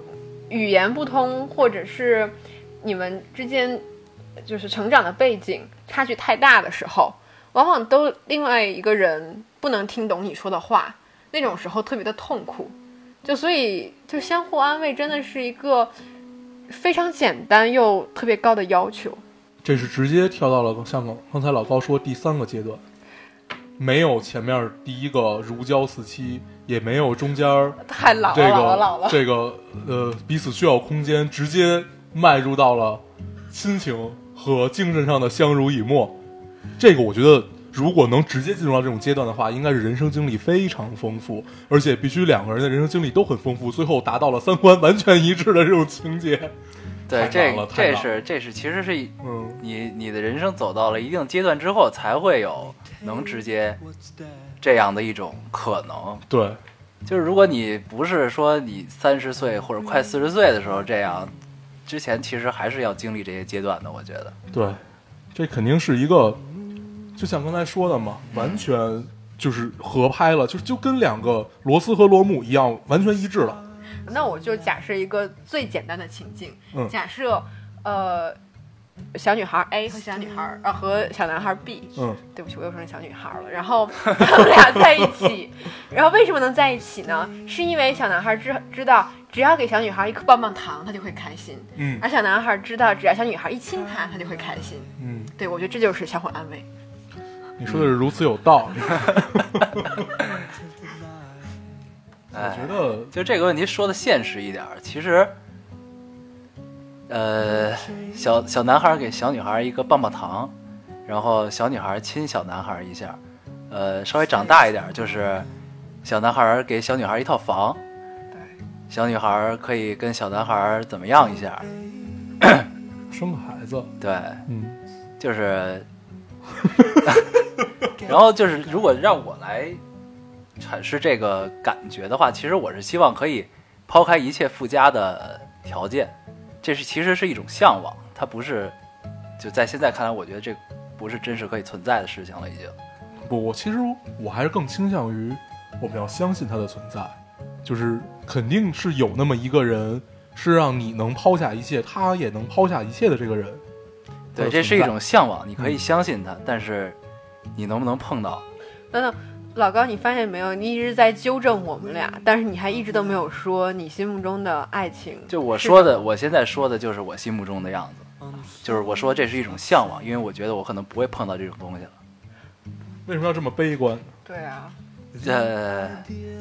Speaker 4: 语言不通，或者是你们之间就是成长的背景差距太大的时候，往往都另外一个人不能听懂你说的话，那种时候特别的痛苦。就所以就相互安慰，真的是一个非常简单又特别高的要求。
Speaker 3: 这是直接跳到了像刚才老高说第三个阶段，没有前面第一个如胶似漆，也没有中间儿
Speaker 4: 太老了，
Speaker 3: 这
Speaker 4: 老了，老
Speaker 3: 个
Speaker 4: 了。
Speaker 3: 这个呃彼此需要空间，直接迈入到了亲情和精神上的相濡以沫。这个我觉得，如果能直接进入到这种阶段的话，应该是人生经历非常丰富，而且必须两个人的人生经历都很丰富，最后达到了三观完全一致的这种情 节。
Speaker 1: 对，
Speaker 3: 太
Speaker 1: 这
Speaker 3: 棒了太
Speaker 1: 这
Speaker 3: 棒
Speaker 1: 是这是其实是一
Speaker 3: 嗯，
Speaker 1: 你你的人生走到了一定阶段之后，才会有能直接这样的一种可能。
Speaker 3: 对，
Speaker 1: 就是如果你不是说你三十岁或者快四十岁的时候这样，之前其实还是要经历这些阶段的。我觉得，
Speaker 3: 对，这肯定是一个，就像刚才说的嘛，完全就是合拍了，就就跟两个罗斯和罗姆一样，完全一致了。
Speaker 4: 那我就假设一个最简单的情境，
Speaker 3: 嗯
Speaker 4: 假设呃，小女孩 A 和小女孩啊、呃、和小男孩 B，
Speaker 3: 嗯，
Speaker 4: 对不起，我又说成小女孩了。然后他们俩在一起，然后为什么能在一起呢？是因为小男孩知知道，只要给小女孩一颗棒棒糖，他就会开心；
Speaker 3: 嗯
Speaker 4: 而小男孩知道，只要小女孩一亲他，他就会开心。
Speaker 3: 嗯，
Speaker 4: 对，我觉得这就是相互安慰。
Speaker 3: 你说的是如此有道
Speaker 1: 嗯
Speaker 3: 理。我
Speaker 1: 哎
Speaker 3: 觉，得
Speaker 1: 就这个问题说的现实一点儿，其实，呃，小小男孩给小女孩一个棒棒糖，然后小女孩亲小男孩一下，呃，稍微长大一点儿就是小男孩给小女孩一套房，
Speaker 4: 对，
Speaker 1: 小女孩可以跟小男孩怎么样一下，
Speaker 3: 生个孩子，
Speaker 1: 对，
Speaker 3: 嗯
Speaker 1: 就是，然后就是，如果让我来阐释这个感觉的话，其实我是希望可以抛开一切附加的条件，这是其实是一种向往，它不是就在现在看来，我觉得这不是真实可以存在的事情了，已经。
Speaker 3: 不，我其实我还是更倾向于我们要相信它的存在，就是肯定是有那么一个人是让你能抛下一切，他也能抛下一切的这个人。它
Speaker 1: 对，
Speaker 3: 的
Speaker 1: 这
Speaker 3: 存
Speaker 1: 是一
Speaker 3: 在嗯
Speaker 1: 种向往，你可以相信它，但是你能不能碰到？
Speaker 4: 等等，老高，你发现没有？你一直在纠正我们俩，但是你还一直都没有说你心目中的爱情。
Speaker 1: 就我说的，我现在说的就是我心目中的样子。
Speaker 4: 啊、
Speaker 1: 就是我说这是一种向往，因为我觉得我可能不会碰到这种东西了。
Speaker 3: 为什么要这么悲观？
Speaker 4: 对啊，
Speaker 1: 这呃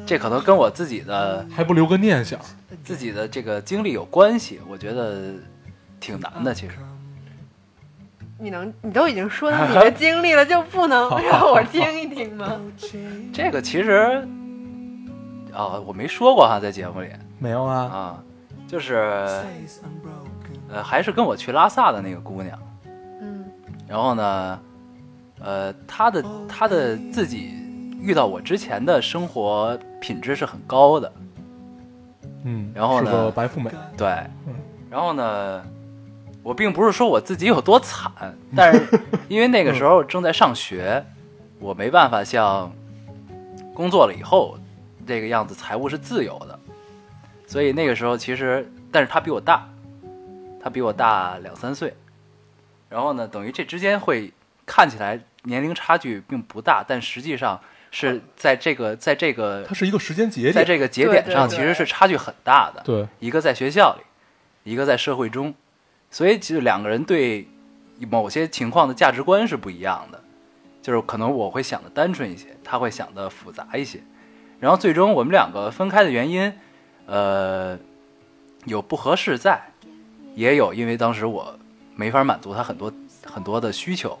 Speaker 1: 这可能跟我自己的
Speaker 3: 还不留个念想？
Speaker 1: 自己的这个经历有关系，我觉得挺难的。其实，
Speaker 4: 你能，你都已经说到你的经历了，就不能让我听一听吗？
Speaker 1: 这个其实啊、我没说过哈、在节目里
Speaker 3: 没有啊，
Speaker 1: 啊，就是呃，还是跟我去拉萨的那个姑娘，
Speaker 4: 嗯
Speaker 1: 然后呢，呃，她的她的自己遇到我之前的生活品质是很高的，
Speaker 3: 嗯，
Speaker 1: 然后
Speaker 3: 是
Speaker 1: 呢
Speaker 3: 个白富美，
Speaker 1: 对
Speaker 3: 嗯，
Speaker 1: 然后呢，我并不是说我自己有多惨，但是因为那个时候正在上学，我没办法像工作了以后这个样子，财务是自由的，所以那个时候其实，但是他比我大，他比我大两三岁，然后呢，等于这之间会看起来年龄差距并不大，但实际上是在这个在这个
Speaker 3: 它是一个时间节
Speaker 1: 在
Speaker 3: 点，
Speaker 1: 这个节
Speaker 4: 对
Speaker 1: 点
Speaker 4: 对
Speaker 1: 上
Speaker 4: 对
Speaker 1: 其实是差距很大的，
Speaker 3: 对，
Speaker 1: 一个在学校里，一个在社会中，所以其实两个人对某些情况的价值观是不一样的，就是可能我会想的单纯一些，他会想的复杂一些，然后最终我们两个分开的原因，呃，有不合适在，也有因为当时我没法满足他很多很多的需求，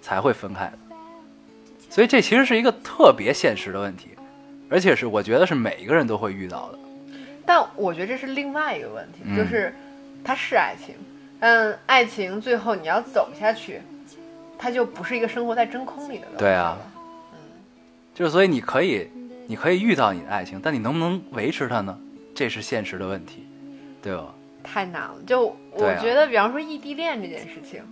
Speaker 1: 才会分开的，所以这其实是一个特别现实的问题，而且是我觉得是每一个人都会遇到的。
Speaker 4: 但我觉得这是另外一个问题，
Speaker 1: 嗯
Speaker 4: 就是它是爱情，但爱情最后你要走下去，它就不是一个生活在真空里的东西。嗯
Speaker 1: 对啊，就是所以你可以，你可以遇到你的爱情，但你能不能维持它呢？这是现实的问题，
Speaker 4: 嗯
Speaker 1: 对吧？
Speaker 4: 太难了。就
Speaker 1: 对
Speaker 4: 我
Speaker 1: 啊
Speaker 4: 觉得，比方说异地恋这件事情，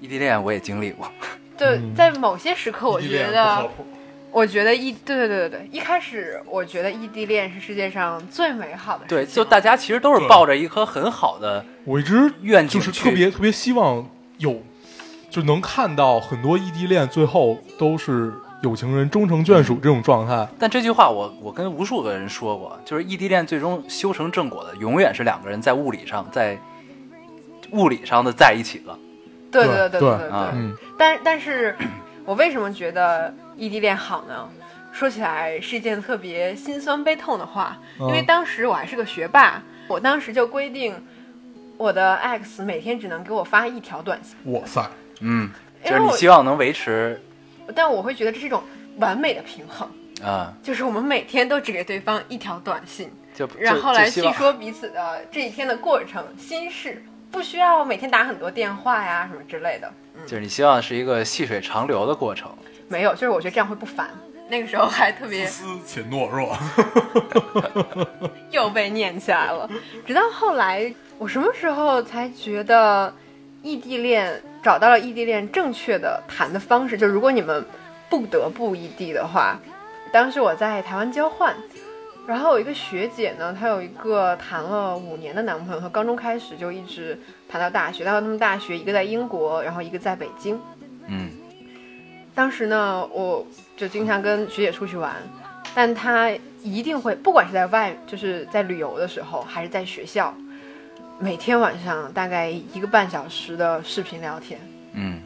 Speaker 1: 异地恋我也经历 过，
Speaker 4: 对，
Speaker 3: 嗯
Speaker 4: 在某些时刻，我
Speaker 3: 异地恋
Speaker 4: 觉
Speaker 3: 不
Speaker 4: 得
Speaker 3: 靠，谱
Speaker 4: 我觉得异，对对对对对，一开始我觉得异地恋是世界上最美好的事情。
Speaker 1: 对，就大家其实都是抱着一颗很好的，
Speaker 3: 我一直
Speaker 1: 愿景
Speaker 3: 就是
Speaker 1: 去
Speaker 3: 特别特别希望有，就能看到很多异地恋最后都是有情人终成眷属这种状态。
Speaker 1: 但这句话我我跟无数个人说过，就是异地恋最终修成正果的，永远是两个人在物理上在物理上的在一起
Speaker 4: 嗯
Speaker 1: 了。
Speaker 4: 对
Speaker 3: 对
Speaker 4: 对对
Speaker 3: 对
Speaker 4: 对
Speaker 1: 啊
Speaker 3: 嗯，
Speaker 4: 但但是，我为什么觉得异地恋好呢？说起来是一件特别心酸悲痛的话，因为
Speaker 3: 嗯
Speaker 4: 当时我还是个学霸，我当时就规定，我的 X 每天只能给我发一条短信，
Speaker 3: 哇塞，
Speaker 1: 嗯，就
Speaker 4: 因
Speaker 1: 是
Speaker 4: 为
Speaker 1: 你
Speaker 4: 哎我
Speaker 1: 希望能维持
Speaker 4: 但我会觉得这是一种完美的平衡，
Speaker 1: 啊、
Speaker 4: 就是我们每天都只给对方一条短信，
Speaker 1: 就
Speaker 4: 然后来
Speaker 1: 去
Speaker 4: 叙说彼此的这一天的过程、心事，不需要每天打很多电话呀什么之类的。
Speaker 1: 就是你希望是一个细水长流的过程。
Speaker 4: 没有，就是我觉得这样会不烦。那个时候还特别
Speaker 3: 思且懦弱，
Speaker 4: 又被念起来了。直到后来，我什么时候才觉得异地恋找到了异地恋正确的谈的方式？就如果你们不得不异地的话，当时我在台湾交换，然后有一个学姐呢，她有一个谈了五年的男朋友，从高中开始就一直谈到大学，然后他们大学一个在英国，然后一个在北京。
Speaker 1: 嗯，
Speaker 4: 当时呢，我就经常跟学姐出去玩，但她一定会，不管是在外，就是在旅游的时候，还是在学校，每天晚上大概一个半小时的视频聊天。
Speaker 1: 嗯，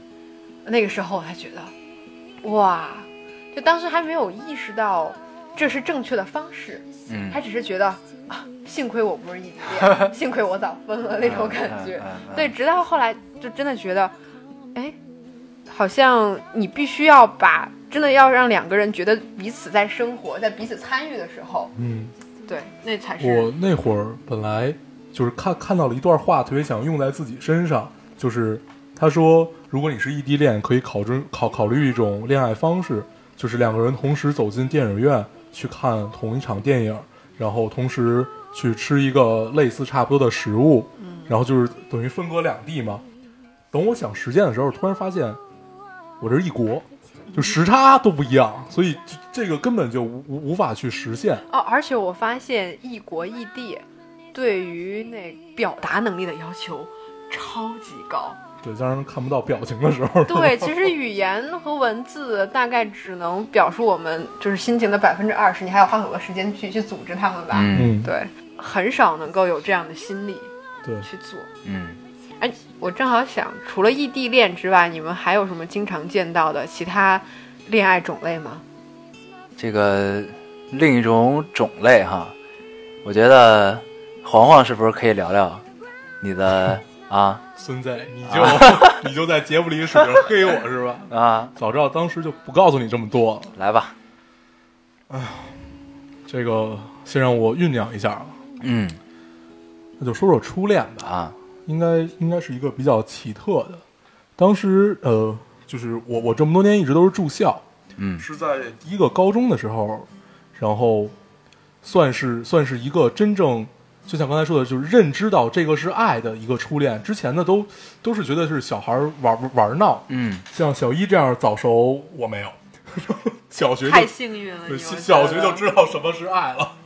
Speaker 4: 那个时候我才觉得，哇，就当时还没有意识到这是正确的方式，
Speaker 1: 嗯
Speaker 4: 还只是觉得啊，幸亏我不是异地恋，幸亏我早分了那种感觉。
Speaker 1: 嗯嗯嗯嗯
Speaker 4: 对，直到后来就真的觉得，哎，好像你必须要把真的要让两个人觉得彼此在生活，在彼此参与的时候，
Speaker 3: 嗯。
Speaker 4: 对，那才是
Speaker 3: 我那会儿本来就是看看到了一段话，特别想用在自己身上，就是他说，如果你是异地恋，可以考虑考考虑一种恋爱方式，就是两个人同时走进电影院去看同一场电影，然后同时去吃一个类似差不多的食物，然后就是等于分隔两地嘛。等我想实践的时候，突然发现我这是一国。就时差都不一样，所以这这个根本就无无无法去实现。
Speaker 4: 哦。而且我发现异国异地对于那表达能力的要求超级高。
Speaker 3: 对，当然看不到表情的时 候，
Speaker 4: 对，其实语言和文字大概只能表述我们就是心情的百分之二十，你还要花很多时间去去组织它们吧。
Speaker 1: 嗯
Speaker 3: 嗯，
Speaker 4: 对，很少能够有这样的心理
Speaker 3: 对，
Speaker 4: 去做。
Speaker 1: 嗯
Speaker 4: 哎，我正好想，除了异地恋之外，你们还有什么经常见到的其他恋爱种类吗？
Speaker 1: 这个另一种种类哈，我觉得黄黄是不是可以聊聊你 的啊
Speaker 3: 孙子，你就、 你就在节目里使劲黑我是吧？
Speaker 1: 啊？
Speaker 3: 啊 早知道当时就不告诉你这么多，
Speaker 1: 来吧，
Speaker 3: 这个先让我酝酿一下啊。
Speaker 1: 嗯
Speaker 3: 那就说说初恋吧，
Speaker 1: 啊，
Speaker 3: 应该应该是一个比较奇特的。当时呃，就是我我这么多年一直都是住校，
Speaker 1: 嗯
Speaker 3: 是在第一个高中的时候，然后算是算是一个真正，就像刚才说的，就是认知到这个是爱的一个初恋。之前的都都是觉得是小孩儿玩玩玩闹，
Speaker 1: 嗯，
Speaker 3: 像小一这样早熟，我没有。 小学就
Speaker 4: 太幸运了，你
Speaker 3: 对，
Speaker 4: 们
Speaker 3: 小学就
Speaker 4: 道。
Speaker 3: 知道什么是爱了。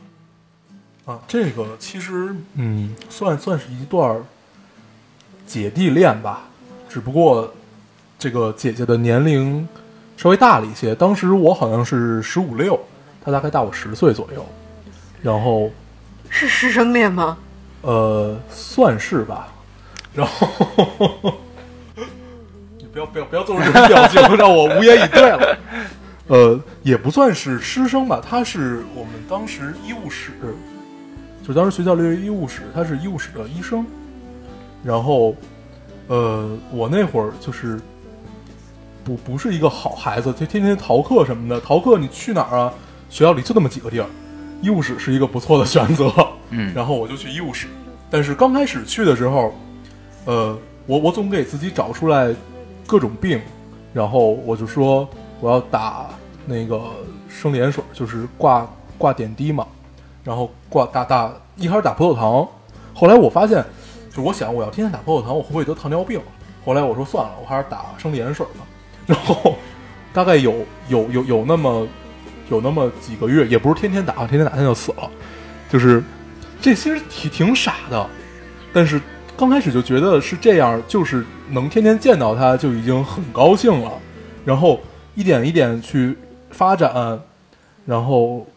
Speaker 3: 啊，这个其实嗯，算算是一段儿姐弟恋吧，只不过这个姐姐的年龄稍微大了一些。当时我好像是十五六，她大概大我十岁左右。然后
Speaker 4: 是师生恋吗？
Speaker 3: 呃，算是吧。然后 你不要不要不要做出这种表情， 让我无言以对了。呃，也不算是师生吧，他是我们当时医务室，就当时学校里有医务室，他是医务室的医生。然后，呃，我那会儿就是不不是一个好孩子，就天天逃课什么的。逃课你去哪儿啊？学校里就那么几个地儿，医务室是一个不错的选择。
Speaker 1: 嗯
Speaker 3: 然后我就去医务室。但是刚开始去的时候，呃，我我总给自己找出来各种病，然后我就说我要打那个生理盐水，就是挂挂点滴嘛，然后挂打打一开始打葡萄糖，后来我发现，就我想我要天天打葡萄糖，我会不会得糖尿病？后来我说算了，我还是打生理盐水吧。然后大概有 有有有那么有那么几个月，也不是天天打，天天打他就死了，就是这其实挺挺傻的，但是刚开始就觉得是这样，就是能天天见到他就已经很高兴了，然后一点一点去发展，然后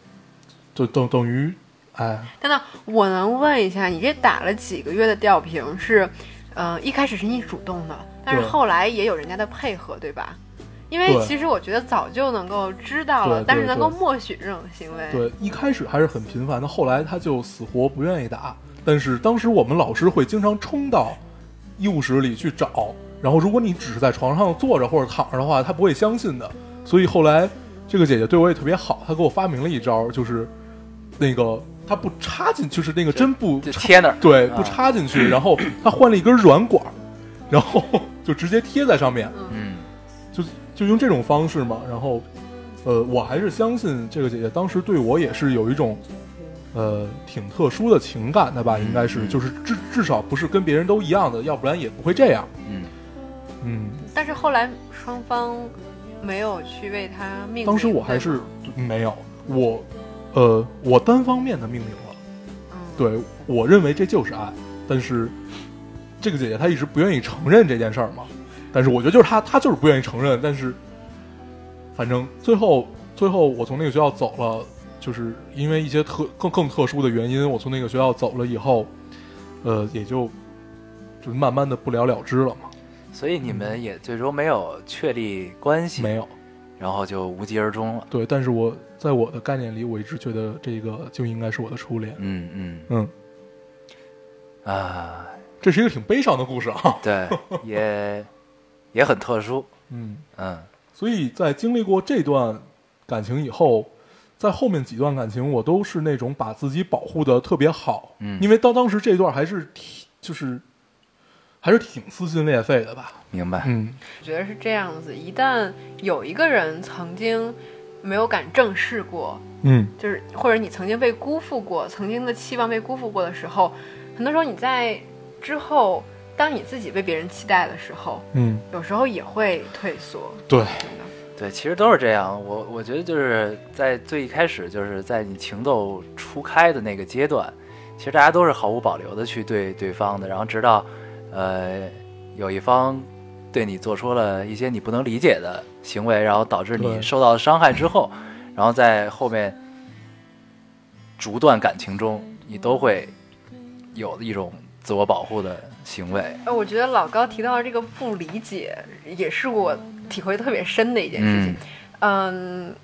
Speaker 3: 就等等于，哎，
Speaker 4: 等等，我能问一下，你这打了几个月的吊瓶是，呃，一开始是你主动的，但是
Speaker 3: 对
Speaker 4: 后来也有人家的配合，对吧？因为
Speaker 3: 对
Speaker 4: 其实我觉得早就能够知道
Speaker 3: 对
Speaker 4: 了，
Speaker 3: 对
Speaker 4: 但是能够
Speaker 3: 对
Speaker 4: 默许这种行为。
Speaker 3: 对，一开始还是很频繁的，后来他就死活不愿意打。但是当时我们老师会经常冲到医务室里去找，然后如果你只是在床上坐着或者躺着的话，他不会相信的。所以后来这个姐姐对我也特别好，她给我发明了一招，就是那个她不插进，就是那个针不
Speaker 1: 就
Speaker 3: 插
Speaker 1: 贴那儿，
Speaker 3: 对，
Speaker 1: 啊
Speaker 3: 不插进去，然后她换了一根软管儿，然后 就直接贴在上面。
Speaker 1: 嗯
Speaker 3: 就就用这种方式嘛。然后，呃，我还是相信这个姐姐当时对我也是有一种，呃，挺特殊的情感的吧，应该是，就是至至少不是跟别人都一样的，要不然也不会这样。
Speaker 1: 嗯，
Speaker 3: 嗯，
Speaker 4: 但是后来双方没有去为他命名。
Speaker 3: 当时我还
Speaker 4: 对
Speaker 3: 是
Speaker 4: 吗
Speaker 3: 没有我，呃，我单方面的命名了。
Speaker 4: 嗯，
Speaker 3: 对我认为这就是爱，但是这个姐姐她一直不愿意承认这件事儿嘛。但是我觉得就是她，她就是不愿意承认。但是反正最后，最后我从那个学校走了，就是因为一些特更更特殊的原因，我从那个学校走了以后，呃，也就就慢慢的不了了之了嘛。
Speaker 1: 所以你们也最终没有确立关系，
Speaker 3: 没有
Speaker 1: 然后就无疾而终了。
Speaker 3: 对，但是我在我的概念里，我一直觉得这个就应该是我的初恋。
Speaker 1: 嗯
Speaker 3: 嗯，
Speaker 1: 嗯啊，
Speaker 3: 这是一个挺悲伤的故事啊。
Speaker 1: 对，也也很特殊，
Speaker 3: 嗯。
Speaker 1: 嗯
Speaker 3: 所以在经历过这段感情以后，在后面几段感情，我都是那种把自己保护的特别好，
Speaker 1: 嗯
Speaker 3: 因为到当时这段还是挺就是还是挺撕心裂肺的吧，
Speaker 1: 明白，
Speaker 3: 嗯，
Speaker 4: 我觉得是这样子。一旦有一个人曾经没有敢正视过，
Speaker 3: 嗯，
Speaker 4: 就是或者你曾经被辜负过，曾经的期望被辜负过的时候，很多时候你在之后，当你自己被别人期待的时候，
Speaker 3: 嗯，
Speaker 4: 有时候也会退缩。
Speaker 3: 对，
Speaker 4: 真的
Speaker 1: 对，其实都是这样。我我觉得就是在最一开始，就是在你情窦初开的那个阶段，其实大家都是毫无保留的去对对方的，然后直到，呃，有一方对你做出了一些你不能理解的行为，然后导致你
Speaker 3: 对
Speaker 1: 受到伤害之后，然后在后面逐段感情中，你都会有一种自我保护的行为。
Speaker 4: 呃，我觉得老高提到的这个不理解，也是我体会特别深的一件事情
Speaker 1: 嗯。，
Speaker 4: 嗯，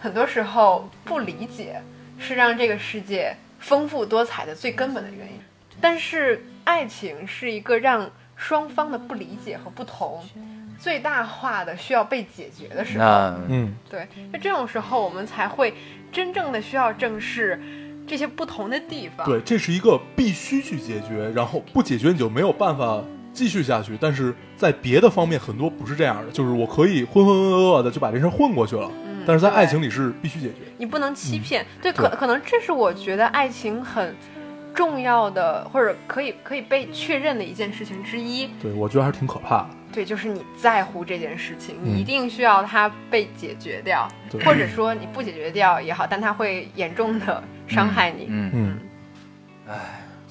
Speaker 4: 很多时候不理解是让这个世界丰富多彩的最根本的原因，但是爱情是一个让双方的不理解和不同最大化的需要被解决的时候。
Speaker 1: 那
Speaker 3: 嗯，
Speaker 4: 对，那这种时候我们才会真正的需要正视这些不同的地方。
Speaker 3: 对，这是一个必须去解决，然后不解决你就没有办法继续下去。但是在别的方面，很多不是这样的，就是我可以浑浑噩噩的就把这事儿混过去了，
Speaker 4: 嗯，
Speaker 3: 但是在爱情
Speaker 4: 里，
Speaker 3: 里是必须解决。
Speaker 4: 你不能欺
Speaker 3: 嗯
Speaker 4: 骗。对，可
Speaker 3: 对
Speaker 4: 可能这是我觉得爱情很重要的，或者可以可以被确认的一件事情之一。
Speaker 3: 对，我觉得还是挺可怕的。
Speaker 4: 对，就是你在乎这件事情，
Speaker 3: 嗯
Speaker 4: 你一定需要它被解决掉，
Speaker 3: 对，
Speaker 4: 或者说你不解决掉也好，但它会严重的伤害你。
Speaker 1: 嗯，
Speaker 3: 嗯，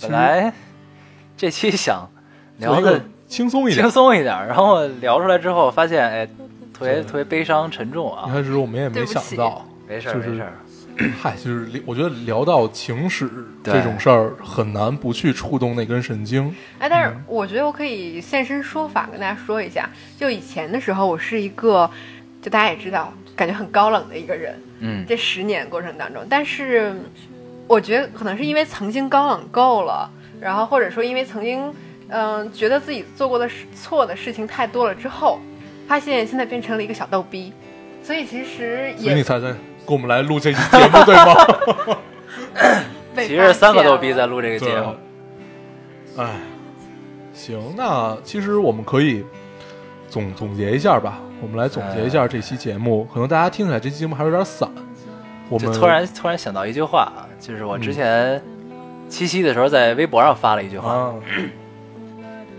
Speaker 1: 本来这期想
Speaker 3: 做
Speaker 1: 聊
Speaker 3: 一个
Speaker 1: 的
Speaker 3: 轻松一点
Speaker 1: 轻。松一点儿，然后聊出来之后发现，哎，特别
Speaker 3: 对
Speaker 1: 特别悲伤沉重
Speaker 3: 一
Speaker 1: 啊。
Speaker 3: 开始我们也没
Speaker 4: 对不
Speaker 3: 想
Speaker 4: 起
Speaker 3: 到，
Speaker 1: 没事儿，
Speaker 3: 就是
Speaker 1: 没事儿，
Speaker 3: 嗨，就是聊我觉得聊到情史
Speaker 1: 对
Speaker 3: 这种事儿，很难不去触动那根神经。
Speaker 4: 哎，但是我觉得我可以现身说法跟大家说一下，就以前的时候，我是一个，就大家也知道，感觉很高冷的一个人。
Speaker 1: 嗯，
Speaker 4: 这十年过程当中，但是我觉得可能是因为曾经高冷够了，然后或者说因为曾经嗯、觉得自己做过的事错的事情太多了之后，发现现在变成了一个小逗逼，所以其实
Speaker 3: 所以你
Speaker 4: 也
Speaker 3: 才在跟我们来录这期节目，对吗？
Speaker 4: 被
Speaker 1: 其实是三个逗逼
Speaker 4: 发现
Speaker 1: 在
Speaker 4: 了
Speaker 1: 录这个
Speaker 3: 啊
Speaker 1: 节目，
Speaker 3: 对。哎，行，那其实我们可以总总结一下吧。我们来总结一下这期节目，可能大家听起来这期节目还有点散。我
Speaker 1: 就
Speaker 3: 们嗯
Speaker 1: 突然突然想到一句话啊，就是我之前七夕的时候在微博上发了一句话，
Speaker 3: 啊，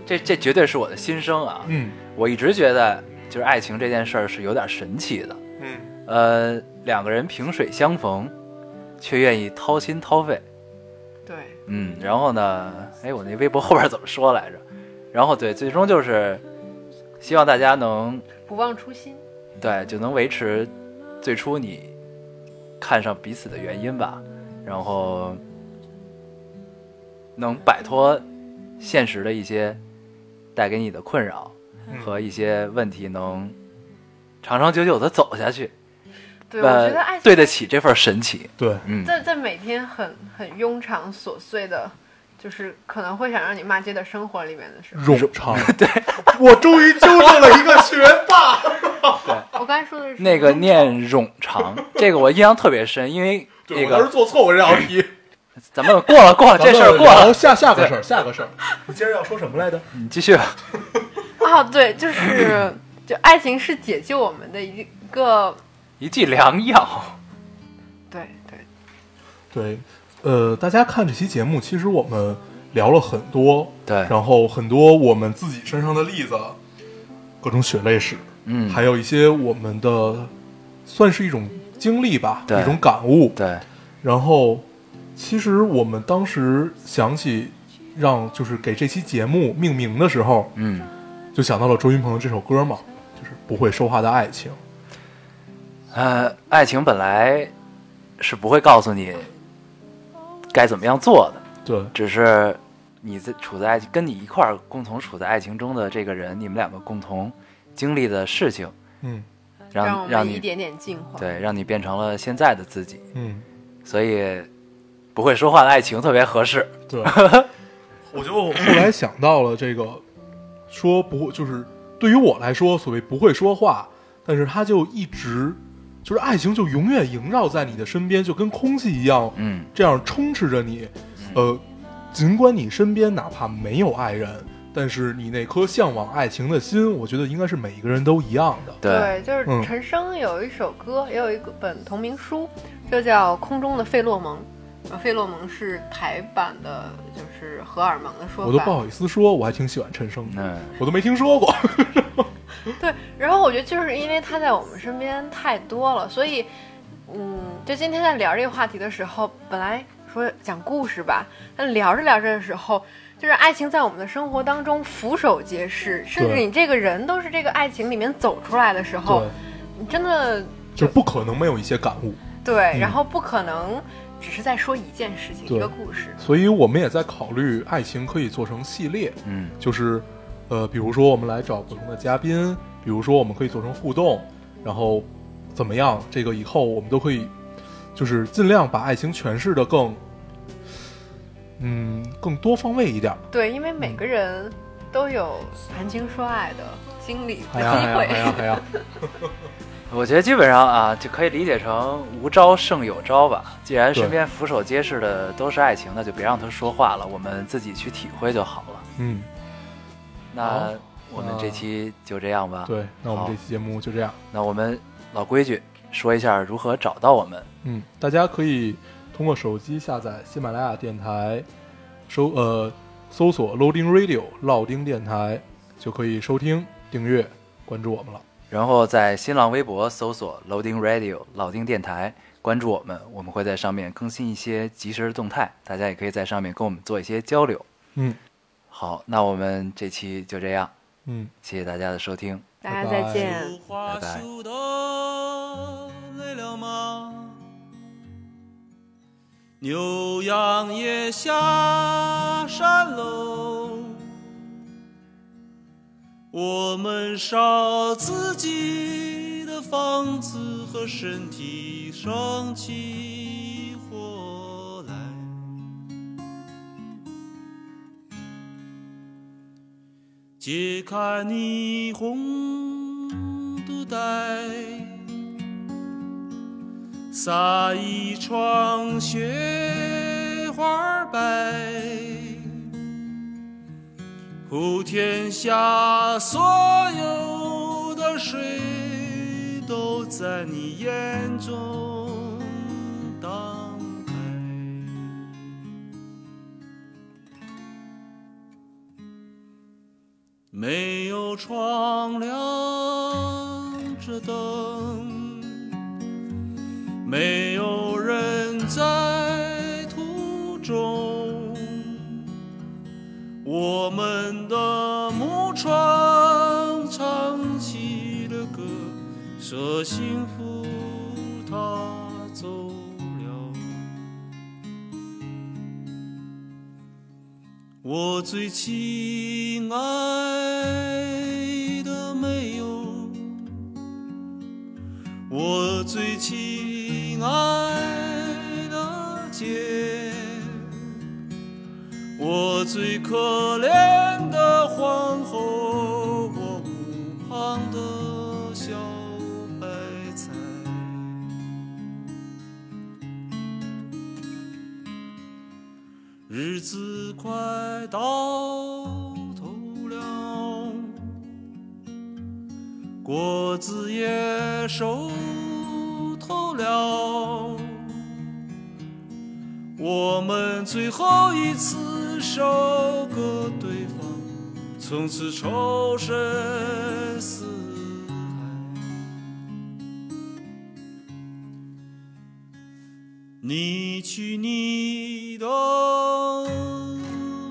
Speaker 1: 这这绝对是我的心声啊。
Speaker 3: 嗯
Speaker 1: 我一直觉得，就是爱情这件事儿是有点神奇的，
Speaker 5: 嗯，
Speaker 1: 呃，两个人萍水相逢，却愿意掏心掏肺，
Speaker 4: 对，
Speaker 1: 嗯，然后呢，哎，我那微博后边怎么说来着？然后对，最终就是希望大家能
Speaker 4: 不忘初心。
Speaker 1: 对，就能维持最初你看上彼此的原因吧，然后能摆脱现实的一些带给你的困扰
Speaker 5: 嗯
Speaker 1: 和一些问题，能长长久久的走下去。
Speaker 4: 对，我觉得
Speaker 1: 呃
Speaker 4: 爱情
Speaker 1: 对得起这份神奇。
Speaker 3: 对，
Speaker 1: 嗯，
Speaker 4: 在在每天很很庸常琐碎的，就是可能会想让你骂街的生活里面的时候，
Speaker 3: 冗长，
Speaker 5: 我终于纠正了一个学霸。
Speaker 4: 我刚才说的是
Speaker 1: 那个念冗长，这个我印象特别深，因为
Speaker 3: 对
Speaker 1: 那
Speaker 3: 我当时
Speaker 1: 个
Speaker 3: 做错过这道题，
Speaker 1: 咱们过了过了啊这事儿过
Speaker 3: 咱们聊
Speaker 1: 了，
Speaker 3: 下下个事儿，下个事儿。你今儿要说什么来着？
Speaker 1: 你继续吧。
Speaker 4: 啊，对，就是就爱情是解救我们的一个，
Speaker 1: 一剂良药，
Speaker 4: 对对，
Speaker 3: 对，呃，大家看这期节目，其实我们聊了很多，
Speaker 1: 对，
Speaker 3: 然后很多我们自己身上的例子，各种血泪史，
Speaker 1: 嗯，
Speaker 3: 还有一些我们的算是一种经历吧，
Speaker 1: 对
Speaker 3: 一种感悟。
Speaker 1: 对，
Speaker 3: 然后，其实我们当时想起让就是给这期节目命名的时候，
Speaker 1: 嗯。
Speaker 3: 就想到了周云鹏的这首歌嘛，就是不会说话的爱情。
Speaker 1: 呃，爱情本来是不会告诉你该怎么样做的，
Speaker 3: 对，
Speaker 1: 只是你在处在爱情跟你一块儿共同处在爱情中的这个人，你们两个共同经历的事情，
Speaker 3: 嗯
Speaker 4: 让
Speaker 1: 让
Speaker 4: 我
Speaker 1: 让
Speaker 4: 们一
Speaker 1: 你
Speaker 4: 点点进化。
Speaker 1: 对让你变成了现在的自己，
Speaker 3: 嗯，
Speaker 1: 所以不会说话的爱情特别合适。
Speaker 3: 对，我就后来想到了这个，说不就是对于我来说，所谓不会说话，但是他就一直就是爱情就永远萦绕在你的身边，就跟空气一样，
Speaker 1: 嗯
Speaker 3: 这样充斥着你。呃，尽管你身边哪怕没有爱人，但是你那颗向往爱情的心，我觉得应该是每一个人都一样的。
Speaker 1: 对，
Speaker 4: 就是
Speaker 3: 嗯
Speaker 4: 陈升有一首歌，也有一个本同名书，就叫《空中的费洛蒙》。呃，费洛蒙是台版的，就是荷尔蒙的说
Speaker 3: 我都不
Speaker 4: 法。
Speaker 3: 好意思说，我还挺喜欢陈升的，
Speaker 1: 嗯
Speaker 3: 我都没听说过。
Speaker 4: 对，然后我觉得就是因为他在我们身边太多了，所以，嗯，就今天在聊这个话题的时候，本来说讲故事吧，但聊着聊着的时候，就是爱情在我们的生活当中俯首皆是，甚至
Speaker 3: 对
Speaker 4: 你这个人都是这个爱情里面走出来的时候嗯
Speaker 3: 对，，
Speaker 4: 你真的
Speaker 3: 就是不可能没有一些感悟。
Speaker 4: 对，
Speaker 3: 嗯
Speaker 4: 然后不可能只是在说一件事情，
Speaker 3: 对
Speaker 4: 一个故事。
Speaker 3: 所以我们也在考虑，爱情可以做成系列，
Speaker 1: 嗯，
Speaker 3: 就是，呃，比如说我们来找不同的嘉宾，比如说我们可以做成互动，然后怎么样？这个以后我们都可以，就是尽量把爱情诠释的更，嗯，更多方位一点。
Speaker 4: 对，因为每个人都有谈情说爱的经历和
Speaker 3: 哎呀
Speaker 4: 机
Speaker 3: 哎呀哎
Speaker 4: 会。
Speaker 3: 呀哎呀！
Speaker 1: 我觉得基本上啊，就可以理解成无招胜有招吧。既然身
Speaker 3: 对
Speaker 1: 边俯首皆是的都是爱情，那就别让他说话了，我们自己去体会就好了。
Speaker 3: 嗯，
Speaker 1: 那
Speaker 3: 好
Speaker 1: 我们这期就这样吧。，
Speaker 3: 对，那我们
Speaker 1: 好
Speaker 3: 这期节目就这样。
Speaker 1: 那我们老规矩，说一下如何找到我们。
Speaker 3: 嗯，大家可以通过手机下载喜马拉雅电台，搜呃搜索 Loading Radio 老丁电台，就可以收听、订阅、关注我们了。
Speaker 1: 然后在新浪微博搜索 Loading Radio 老丁电台，关注我们，我们会在上面更新一些即时的动态，大家也可以在上面跟我们做一些交流。
Speaker 3: 嗯
Speaker 1: 好，那我们这期就这样，
Speaker 3: 嗯。
Speaker 1: 谢谢大家的收听。
Speaker 4: 大家
Speaker 3: 拜
Speaker 4: 再
Speaker 3: 拜
Speaker 4: 见。
Speaker 6: 绣花绣的累了吗？牛羊也下山喽，我们烧自己的房子和身体，生起火来。解开你红肚带，撒一窗雪花白，普天下所有的水都在你眼中荡开。没有窗亮着灯，没有人在途中，我们的木船唱起了歌，说幸福它走了。我最亲爱的妹哟，我最亲爱的姐，我最可怜的皇后，我五旁的小白菜。日子快到头了，果子也熟透了，我们最后一次收割对方，从此仇深似海。你去你的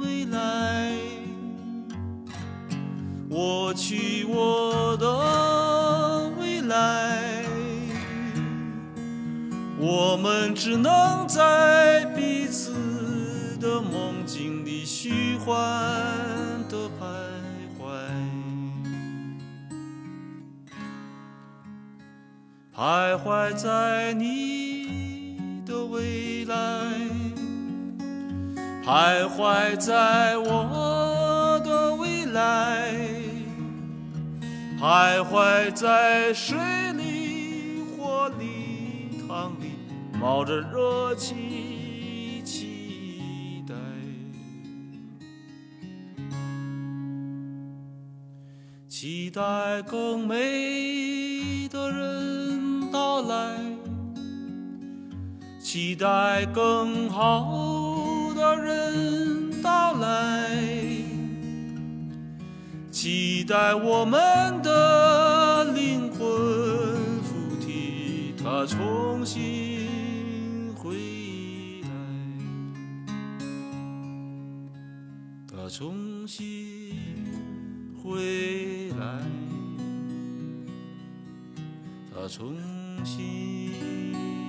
Speaker 6: 未来，我去我的未来，我们只能在彼此的梦境里虚幻的徘徊。徘徊在你的未来，徘徊在我的未来，徘徊在水里、火里、汤里，冒着热气，期待。期待更美的人到来，期待更好的人到来，期待我们的灵魂附体，它重新回来，它重新。回来，他重新。